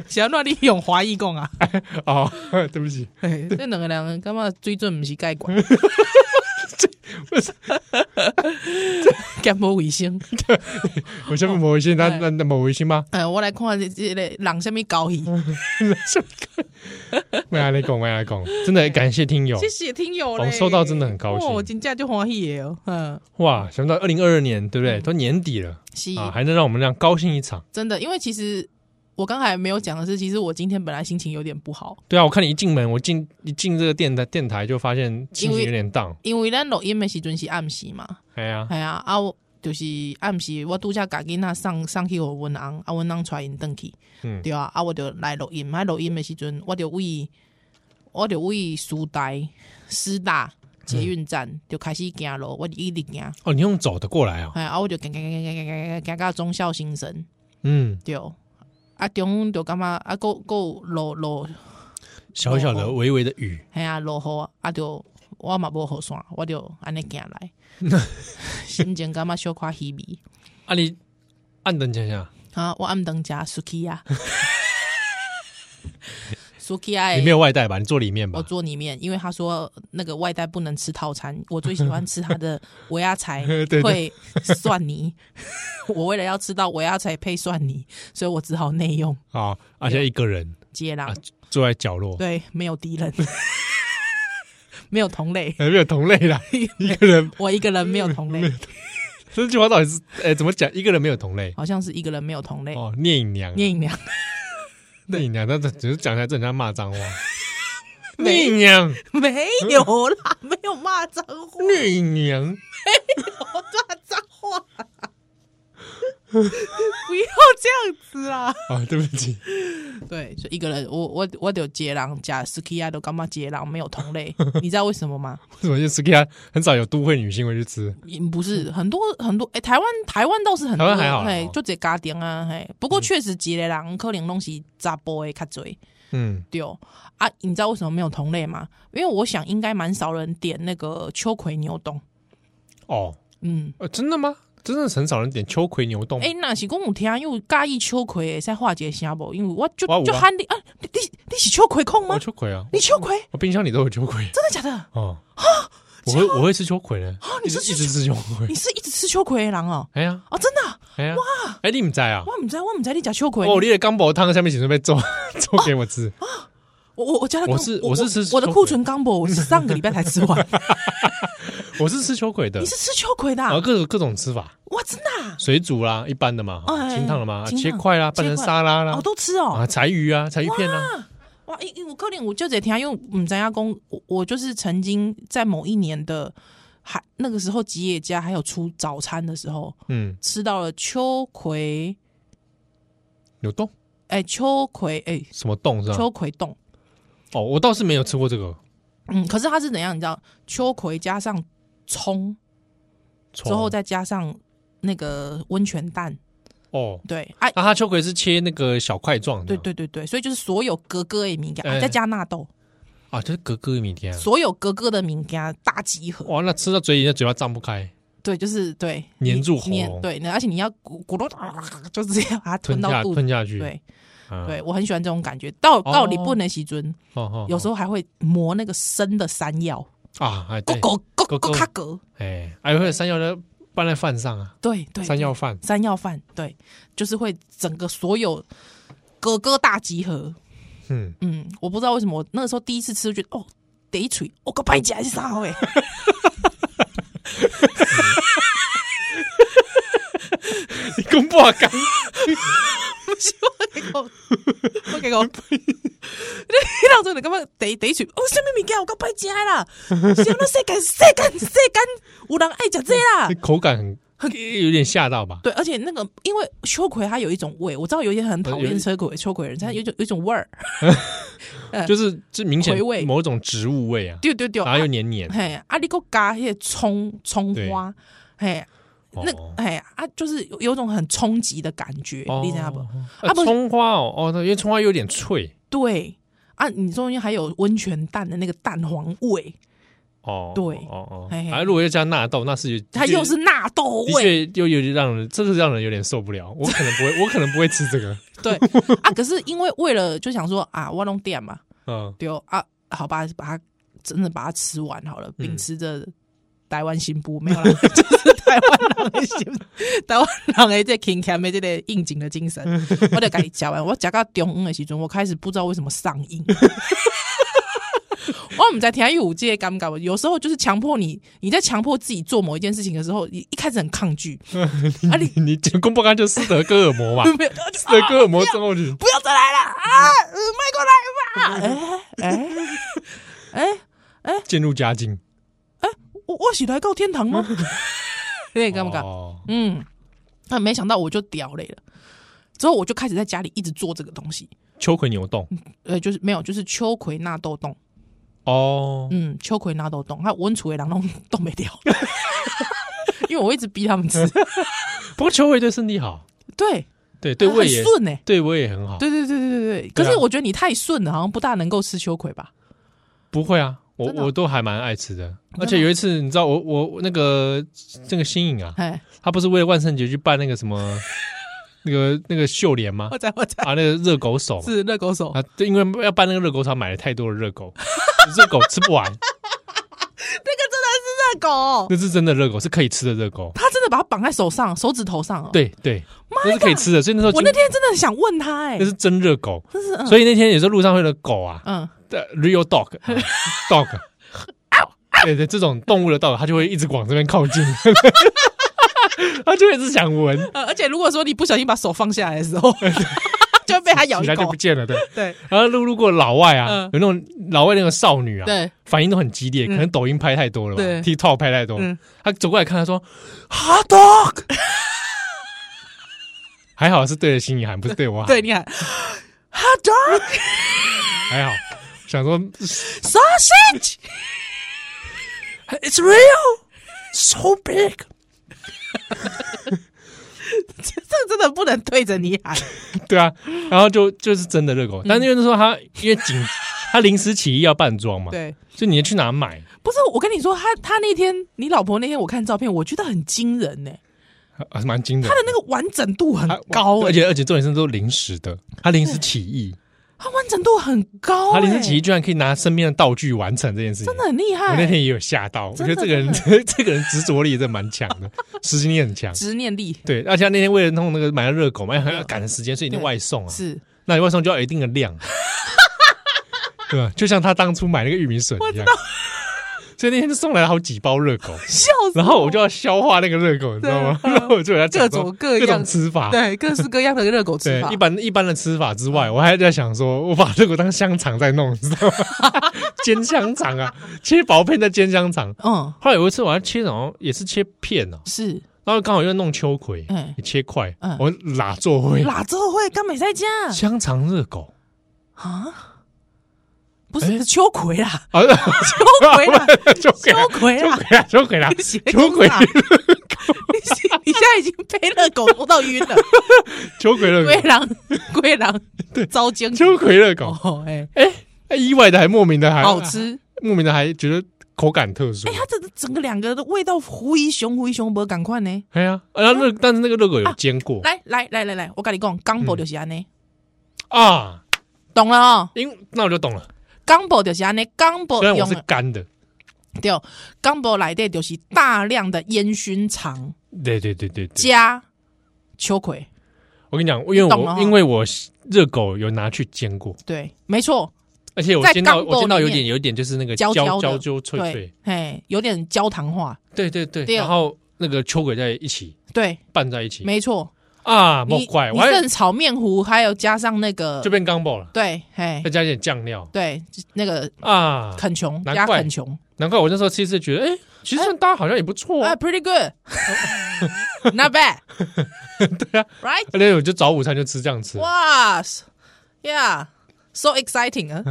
Speaker 3: 想乱利用华裔共啊，
Speaker 2: 哦，对不起。
Speaker 3: 哎这两个两个干嘛追准不是盖管？兼无卫生。
Speaker 2: 我下面某微信，那
Speaker 3: 哦对
Speaker 2: 那那某微信吗？
Speaker 3: 哎，我来看这这个人什么高义，
Speaker 2: 没来讲，没来讲，真的感谢听友
Speaker 3: 谢谢听友嘞，
Speaker 2: 哦收到真的很高兴
Speaker 3: 哦，真正就欢喜的哦，嗯，
Speaker 2: 哇！想不到二零二二年，对不对？都年底了
Speaker 3: 是
Speaker 2: 啊，还能让我们这样高兴一场。
Speaker 3: 真的，因为其实我刚才没有讲的是，其实我今天本来心情有点不好，
Speaker 2: 对啊，我看你一进门，我进一进这个电台电台就发现心情有点荡。
Speaker 3: 因为咱录音的时阵是暗时嘛，
Speaker 2: 哎呀，
Speaker 3: 哎呀啊，我就是暗时我拄则家囡仔送送去互阮翁，啊阮翁带因转去，
Speaker 2: 嗯
Speaker 3: 对啊，啊我就来录音，啊录音的时阵，我就为我就为师大师大捷运站就开始行路，我就一直行，
Speaker 2: 哦，你用走的过来哦。
Speaker 3: 哎啊我就行行行行行行行行到忠孝新生，
Speaker 2: 嗯，
Speaker 3: 对，啊中就感觉啊够够落落。
Speaker 2: 小小
Speaker 3: 哦
Speaker 2: 的、微微的雨，
Speaker 3: 系啊，落雨啊，就我嘛无雨伞，我就安尼行 来，心情感觉小可稀微
Speaker 2: 啊，你按灯想想，
Speaker 3: 啊，我暗顿食 suki 啊，suki 啊，
Speaker 2: 哎你没有外带吧？你坐里面吧
Speaker 3: 我。做里面，因为他说那个外带不能吃套餐，我最喜欢吃他的维亚 菜
Speaker 2: 对对
Speaker 3: 会蒜泥， 我为了要吃到维亚菜配蒜泥，所以我只好内用
Speaker 2: 啊，而且一个人
Speaker 3: 接啦
Speaker 2: 啊，坐在角落，
Speaker 3: 对，没有敌 人，没有同类，
Speaker 2: 哎没有同类啦， 一个人。
Speaker 3: 我一个人没有同类。
Speaker 2: 这句话到底是哎怎么讲？一个人没有同类
Speaker 3: 好像是一个人没有同类，
Speaker 2: 哦，聂隐娘啊，
Speaker 3: 哎聂隐娘，
Speaker 2: 聂隐娘，但是只是讲起来，真的很像骂 脏话。 聂
Speaker 3: 没
Speaker 2: 隐娘，
Speaker 3: 没 有啦，没有骂脏话，
Speaker 2: 聂隐娘，
Speaker 3: 我骂脏话， 不要这样子啦。
Speaker 2: 啊，对不起，
Speaker 3: 对，就一个人，我我我得接狼假斯基亚都干嘛接狼，没有同 类，你知道为什么吗？
Speaker 2: 为什么就 s k i 很少有都会女性会去吃？
Speaker 3: 嗯不是很多很多，哎、台湾台湾倒是很多，
Speaker 2: 台湾还好啦
Speaker 3: 嘿
Speaker 2: 哦
Speaker 3: 就这家庭啊，嘿，不过确实接的狼可能东西查甫的较侪。
Speaker 2: 嗯，
Speaker 3: 对啊，你知道为什么没有同类吗？因为我想应该蛮少人点那个秋葵牛冻。
Speaker 2: 哦，
Speaker 3: 嗯，
Speaker 2: 呃，真的吗？真的很少人点秋葵牛冻吗
Speaker 3: 哎、，那是讲有听又介意秋葵的，在化解声无？因为我就
Speaker 2: 我有啊
Speaker 3: 就喊你啊，你你你是秋葵控
Speaker 2: 我
Speaker 3: 吗？
Speaker 2: 秋葵啊，
Speaker 3: 你秋葵
Speaker 2: 我冰箱里都有秋葵
Speaker 3: 真的假的？
Speaker 2: 哦。我会我会吃秋葵呢，一
Speaker 3: 啊你是
Speaker 2: 直
Speaker 3: 吃
Speaker 2: 一直吃秋葵
Speaker 3: 你。是一直吃秋葵的人哦、
Speaker 2: 哎呀，
Speaker 3: 哦，真的啊、
Speaker 2: 哎呀，哇！哎，你唔知啊？
Speaker 3: 我唔知道，我唔知道你哦讲秋葵。
Speaker 2: 哦，你的钢宝汤下面请准备做做给我吃。
Speaker 3: 我我我家的
Speaker 2: 我
Speaker 3: 刚
Speaker 2: 是
Speaker 3: 我
Speaker 2: 我是吃
Speaker 3: 我的
Speaker 2: 秋葵
Speaker 3: 库存刚博，我是上个礼拜才 吃完。
Speaker 2: 我是吃秋葵的
Speaker 3: 你，是吃秋葵的啊、
Speaker 2: 然后各种各种吃法，
Speaker 3: 哇，真的啊、
Speaker 2: 水煮啦，一般的嘛
Speaker 3: 哦哎，
Speaker 2: 清烫的嘛，
Speaker 3: 清
Speaker 2: 切
Speaker 3: 烫
Speaker 2: 块啦，
Speaker 3: 切
Speaker 2: 拌成
Speaker 3: 块
Speaker 2: 沙拉啦
Speaker 3: 哦，，都吃哦、
Speaker 2: 啊，柴鱼啊，柴鱼片啊，
Speaker 3: 哇，因因为我可能我就得听，因为唔知阿公，我我就是曾经在某一年的还那个时候吉野家还有出早餐的时候，
Speaker 2: 嗯，
Speaker 3: 吃到了秋葵，
Speaker 2: 有冻
Speaker 3: 哎、秋葵，哎、
Speaker 2: 什么冻是吧？
Speaker 3: 秋葵冻，
Speaker 2: 哦，我倒是没有吃过这个
Speaker 3: 嗯，可是它是怎样？你知道，秋葵加上葱之
Speaker 2: 虫
Speaker 3: 后再加上那个温泉蛋，
Speaker 2: 哦，
Speaker 3: 对，哎、
Speaker 2: 那它秋葵是切那个小块状的，啊
Speaker 3: 对对对对，所以就是所有格格的敏感、啊
Speaker 2: 哎
Speaker 3: 再加纳豆，
Speaker 2: 啊，就是格格米天啊，
Speaker 3: 所有格格的敏感大集合。
Speaker 2: 哇，那吃到嘴里，那嘴巴张不开，
Speaker 3: 对，就是对，
Speaker 2: 粘
Speaker 3: 你
Speaker 2: 住喉
Speaker 3: 粘
Speaker 2: 咙
Speaker 3: 对，那而且你要咕咕噜，啊就直接把它
Speaker 2: 吞
Speaker 3: 吞
Speaker 2: 下
Speaker 3: 到肚子
Speaker 2: 吞。下去，
Speaker 3: 对，
Speaker 2: 啊，
Speaker 3: 对我很喜欢这种感觉。到到你
Speaker 2: 哦
Speaker 3: 不能洗尊，
Speaker 2: 哦哦，
Speaker 3: 有时候还会磨那个生的山药，
Speaker 2: 候啊，哎，
Speaker 3: 咕
Speaker 2: 对，
Speaker 3: 咕咕
Speaker 2: 咕
Speaker 3: 咕
Speaker 2: 咕
Speaker 3: 咔咕。
Speaker 2: 哎，还有山药的拌在饭上啊，
Speaker 3: 对对，
Speaker 2: 山
Speaker 3: 对
Speaker 2: 药饭，
Speaker 3: 山药饭，对，就是会整个所有格格大集合。
Speaker 2: 嗯，
Speaker 3: 嗯，我不知道为什么我那个时候第一次吃，就觉得哦，得一锤，我个白夹是啥喂？
Speaker 2: 你公布啊，刚
Speaker 3: 我 我 给我，你迄当阵哦就感觉第第一句，哦，什么物件我够歹食啊啦，什么世间世间世间有人爱食这啦
Speaker 2: 那。 口感很有点吓到吧？
Speaker 3: 对，而且那个因为秋葵它有一种味，我知道有些很讨厌秋葵秋葵的人，它有一种有一种味 儿，
Speaker 2: 就是这明显
Speaker 3: 回味
Speaker 2: 某种植物味啊，
Speaker 3: 对对对，
Speaker 2: 然后又黏黏，
Speaker 3: 嘿，啊你个加迄葱葱花，嘿，
Speaker 2: 哦
Speaker 3: 那嘿啊就是有有种很冲击的感觉，你知道不
Speaker 2: 哦？
Speaker 3: 啊
Speaker 2: 呃
Speaker 3: 不是
Speaker 2: 葱花哦，哦，那因为葱花有点脆
Speaker 3: 对啊，你中间还有温泉蛋的那个蛋黄味，
Speaker 2: 哦，
Speaker 3: 对
Speaker 2: 哦哦，
Speaker 3: 嘿嘿
Speaker 2: 啊，如果又加纳豆，那是
Speaker 3: 它又是纳豆
Speaker 2: 的
Speaker 3: 味，
Speaker 2: 确又有点让人，这个让人有点受不了。我可能不会，我可能不会吃这个。
Speaker 3: 对啊，可是因为为了就想说啊，我弄店嘛，
Speaker 2: 嗯，
Speaker 3: 对哦啊，好吧，把它真的把它吃完好了，秉持着台湾新妇没有啦， 就是台湾人的心，台湾人的这勤俭的这个应景的精神， 我就己食完，啊我食到中午的时阵，我开始不知道为什么上瘾。 我们在天有这些尴尬，有时候就是强迫你，你在强迫自己做某一件事情的时候，你一开始很抗拒，啊你
Speaker 2: 你讲公报刚就斯德哥尔摩 嘛，
Speaker 3: 没有
Speaker 2: 斯德哥尔摩症候 群，
Speaker 3: 不要再来了啊，呃迈过来吧，哎哎哎，
Speaker 2: 渐入佳境，
Speaker 3: 我我是来到天堂吗？ 有点尴尬。
Speaker 2: 哦
Speaker 3: 嗯，但没想到我就屌累了，之后我就开始在家里一直做这个东西，
Speaker 2: 秋葵牛冻
Speaker 3: 呃，就是没有，就是秋葵纳豆冻，
Speaker 2: 哦，
Speaker 3: 嗯，秋葵纳豆冻，还有温楚的狼冻冻没掉， 因为我一直逼他们吃，
Speaker 2: 不过秋葵对身体好，
Speaker 3: 对，
Speaker 2: 对 对
Speaker 3: 很
Speaker 2: 胃也
Speaker 3: 顺呢、欸
Speaker 2: 对胃也很好，
Speaker 3: 对对对对对对，
Speaker 2: 对
Speaker 3: 可
Speaker 2: 啊
Speaker 3: 是我觉得你太顺了，好像不大能够吃秋葵吧？
Speaker 2: 不会啊，我
Speaker 3: 真的哦
Speaker 2: 我都还蛮爱吃的，啊
Speaker 3: 的
Speaker 2: 而且有一次你知道我我我那个那个新颖啊，
Speaker 3: 哎，
Speaker 2: 他不是为了万圣节去办那个什 么那个那个秀莲吗
Speaker 3: 我？在我在
Speaker 2: 啊，那个热狗手嘛
Speaker 3: 是热狗手，
Speaker 2: 啊，对，因为要办那个热狗手，他买了太多的热狗， 热狗吃不完，
Speaker 3: 热狗，
Speaker 2: 那是真的热狗，是可以吃的热狗。
Speaker 3: 他真的把它绑在手上，手指头上、哦。，
Speaker 2: 对对，那是可以吃的，所以那时候
Speaker 3: 我那天真的很想问他、哎
Speaker 2: 那，是真热狗，
Speaker 3: 真是，嗯
Speaker 2: 所以那天有时候路上会有狗啊
Speaker 3: 嗯，
Speaker 2: 的，real dog 嗯 dog，对对，这种动物的 dog，它就会一直往这边靠近， 它就会一直想闻，
Speaker 3: 呃，而且如果说你不小心把手放下来的时候， 就会被它咬
Speaker 2: 起
Speaker 3: 一
Speaker 2: 来就
Speaker 3: 口
Speaker 2: 不。见了，对。
Speaker 3: 对
Speaker 2: 然后路路过老外啊，
Speaker 3: 嗯
Speaker 2: 有那种老外那个少女啊，
Speaker 3: 对，
Speaker 2: 反应都很激烈，可
Speaker 3: 嗯
Speaker 2: 能抖音拍太多了吧
Speaker 3: 对
Speaker 2: ，TikTok 拍太多了
Speaker 3: 嗯。
Speaker 2: 他走过来看，他说：“Hot dog。”还好是对着心仪喊，不是对我喊。啊
Speaker 3: 对，你看，hot dog
Speaker 2: 还好。想说
Speaker 3: sausage，
Speaker 2: It's real, so big。
Speaker 3: 这真的不能对着你喊。
Speaker 2: 对啊，然后就就是真的热狗，
Speaker 3: 嗯
Speaker 2: 但是因为那时候他因为紧，他临时起意要扮装嘛，
Speaker 3: 对，
Speaker 2: 所以你要去哪买？
Speaker 3: 不是我跟你说，他他那天你老婆那天我看照片，我觉得很惊人呢、
Speaker 2: 还蛮惊人
Speaker 3: 他的那个完整度很
Speaker 2: 啊
Speaker 3: 高、
Speaker 2: 而
Speaker 3: 欸，
Speaker 2: 且而且重点是都是临时的，他临时起意，
Speaker 3: 他完整度很高、欸，
Speaker 2: 他临时起意居然可以拿身边的道具完成这件事情，
Speaker 3: 真的啊很厉害。
Speaker 2: 我那天也有吓到，我觉得
Speaker 3: 真的
Speaker 2: 这个人 这个人执着力真的蛮强 的，执行力很强。
Speaker 3: 执念力
Speaker 2: 对，而且他那天为了弄那个买了热狗嘛，还要赶着时间，所以你
Speaker 3: 嗯对
Speaker 2: 外送啊，
Speaker 3: 是，
Speaker 2: 那你外送就要有一定的 量，对吧？就像他当初买那个玉米笋一样， 所以那天就送来了好几包热狗，
Speaker 3: 笑死我。
Speaker 2: 然后我就要消化那个热狗，你知道吗？
Speaker 3: 哦对啊
Speaker 2: 然后我就给他讲说
Speaker 3: 各种各样
Speaker 2: 各种吃法，
Speaker 3: 对各式各样的热狗吃
Speaker 2: 啊对
Speaker 3: 法，，
Speaker 2: 一般一般的吃法之外，我还在想说，我把热狗当香肠在弄，你知道吗？ 煎香肠啊，切薄片的煎香肠。
Speaker 3: 嗯
Speaker 2: 后来有一次我要切，然后也是切片哦、
Speaker 3: 是
Speaker 2: 然后刚好又弄秋葵，
Speaker 3: 嗯
Speaker 2: 也切块，
Speaker 3: 嗯
Speaker 2: 我拉做会
Speaker 3: 哪这会干美在家
Speaker 2: 香肠热狗
Speaker 3: 啊？不是
Speaker 2: 哎
Speaker 3: 是秋葵 啦，
Speaker 2: 啊，
Speaker 3: 哦秋葵啦，
Speaker 2: 秋葵啦，
Speaker 3: 秋葵啦，
Speaker 2: 秋葵啦，
Speaker 3: 你
Speaker 2: 秋葵啦，
Speaker 3: 邪
Speaker 2: 秋
Speaker 3: 功啊
Speaker 2: 葵
Speaker 3: 啦！你是你现在已经被热狗弄到 晕了，
Speaker 2: 秋葵热
Speaker 3: 龟
Speaker 2: 狗，
Speaker 3: 狼龟狼遭 奸
Speaker 2: 秋葵热狗，
Speaker 3: 哦，哎，
Speaker 2: 哎意外的还莫名的还
Speaker 3: 好，吃！
Speaker 2: 莫名的还觉得口感特殊
Speaker 3: 哎，。它这整个两个的味道灰熊灰熊不赶快呢！
Speaker 2: 哎呀，啊然后
Speaker 3: 嗯
Speaker 2: 那但是那个热狗有煎过
Speaker 3: 来来来来来，我跟你讲，冈博就是安
Speaker 2: 嗯
Speaker 3: 尼，
Speaker 2: 啊，
Speaker 3: 懂了哦，
Speaker 2: 因为那我就懂了，
Speaker 3: 冈博就是安尼，冈博
Speaker 2: 虽然我
Speaker 3: 哦用
Speaker 2: 是干的，
Speaker 3: 对，冈博来的就是大量的烟熏肠
Speaker 2: 对对对对对，
Speaker 3: 加秋葵。
Speaker 2: 我跟你讲，因为
Speaker 3: 你懂了哦
Speaker 2: 我
Speaker 3: 哈
Speaker 2: 因为我热狗有拿去煎过，
Speaker 3: 对，没错，
Speaker 2: 而且我
Speaker 3: 在
Speaker 2: 煎到
Speaker 3: 钢
Speaker 2: 我煎
Speaker 3: 锅
Speaker 2: 到
Speaker 3: 里
Speaker 2: 有
Speaker 3: 面
Speaker 2: 点有点就是那个
Speaker 3: 焦
Speaker 2: 焦
Speaker 3: 焦的
Speaker 2: 焦就脆脆
Speaker 3: 对，，哎，有点焦糖化，
Speaker 2: 对对对，
Speaker 3: 对
Speaker 2: 然后那个秋葵在一起
Speaker 3: 对，
Speaker 2: 拌在一起，
Speaker 3: 没错。
Speaker 2: 啊，莫
Speaker 3: 你
Speaker 2: 怪，
Speaker 3: 你
Speaker 2: 我还
Speaker 3: 剩炒面糊，还有加上那个
Speaker 2: 就，变钢爆了，
Speaker 3: 对，嘿
Speaker 2: 再，加一点酱料
Speaker 3: 对，那个
Speaker 2: 啊，
Speaker 3: 肯琼
Speaker 2: 难
Speaker 3: 加
Speaker 2: 怪
Speaker 3: 肯琼，
Speaker 2: 难怪我那时候吃一次觉得，哎，其实大家好像也不错
Speaker 3: 啊
Speaker 2: 啊，
Speaker 3: ，pretty good，not bad，对
Speaker 2: 啊
Speaker 3: ，right，
Speaker 2: 而且我就早午餐就吃这样吃，
Speaker 3: 哇，yeah，so exciting 啊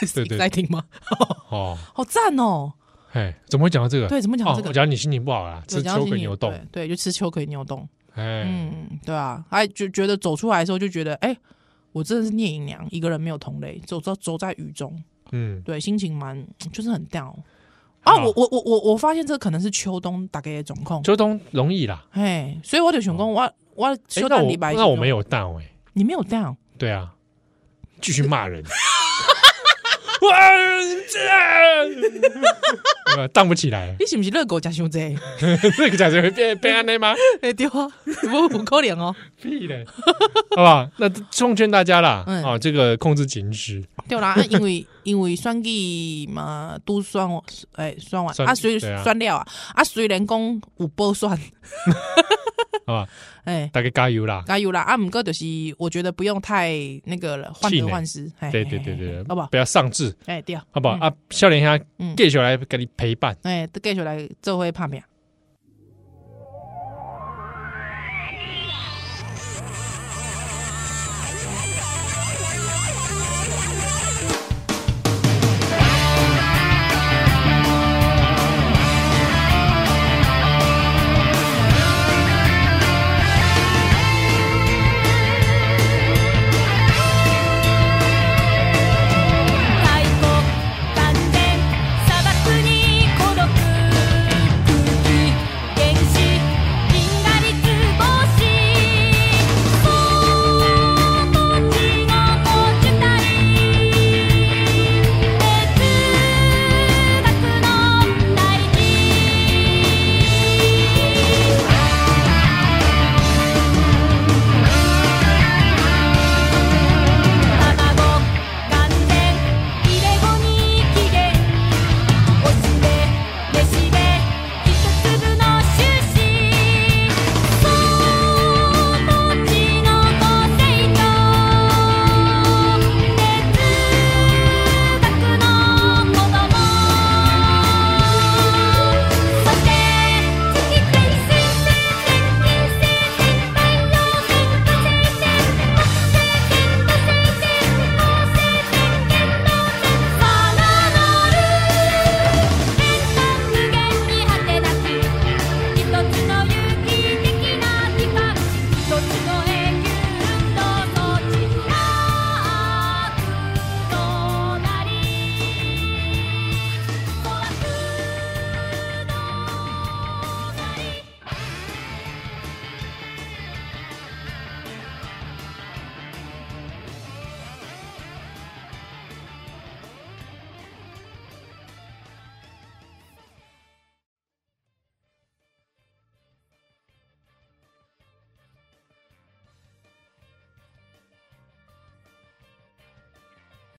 Speaker 2: 对对对，
Speaker 3: ，exciting 吗？
Speaker 2: 哦，
Speaker 3: 好赞哦！
Speaker 2: 哎，怎么会讲到这个？
Speaker 3: 对怎么讲到这个
Speaker 2: 哦我讲你心情不好啦，吃
Speaker 3: 有讲到
Speaker 2: 秋
Speaker 3: 心
Speaker 2: 葵
Speaker 3: 情
Speaker 2: 牛冻，
Speaker 3: 对，对，就吃秋葵牛冻。
Speaker 2: 哎，
Speaker 3: 嗯，对啊，哎，就觉得走出来的时候就觉得，哎、我真的是聂隐娘，一个人没有同类，走走走在雨中，
Speaker 2: 嗯，
Speaker 3: 对，心情蛮就是很 down
Speaker 2: 好
Speaker 3: 啊。我我我我我发现这可能是秋冬大概的状况，
Speaker 2: 秋冬容易啦，
Speaker 3: 哎，所以我就想讲，我我
Speaker 2: 哎
Speaker 3: 秋
Speaker 2: 那
Speaker 3: 冬
Speaker 2: 我
Speaker 3: 礼拜
Speaker 2: 那我没
Speaker 3: 有，
Speaker 2: 有到哎，
Speaker 3: 你没有 down，
Speaker 2: 对啊，继续骂人。 哇，这啊荡不起来，
Speaker 3: 你是不是热狗加伤济？
Speaker 2: 那个假设会 变变安内吗？
Speaker 3: 哎对啊，无有可能哦。
Speaker 2: 屁嘞，好不好？那奉劝大家 啦，
Speaker 3: 嗯
Speaker 2: 哦，这个控制情绪，
Speaker 3: 对啦，啊因为 因为选举嘛，都选诶选完
Speaker 2: 选
Speaker 3: 啊，虽
Speaker 2: 对啊
Speaker 3: 选了啊，啊虽然讲有哎补选，
Speaker 2: 好吧，
Speaker 3: 诶，
Speaker 2: 大家加油啦！
Speaker 3: 加油啦！啊，毋过就是我觉得不用太那个了，患
Speaker 2: 气
Speaker 3: 得
Speaker 2: 馁
Speaker 3: 患失。嘿
Speaker 2: 对对对对，对
Speaker 3: 哎好不好？
Speaker 2: 不要上志，
Speaker 3: 哎对啊，
Speaker 2: 好不好？
Speaker 3: 嗯
Speaker 2: 啊，笑脸侠
Speaker 3: 嗯
Speaker 2: 继续来给你陪伴，
Speaker 3: 哎，继续来做伙拍拼。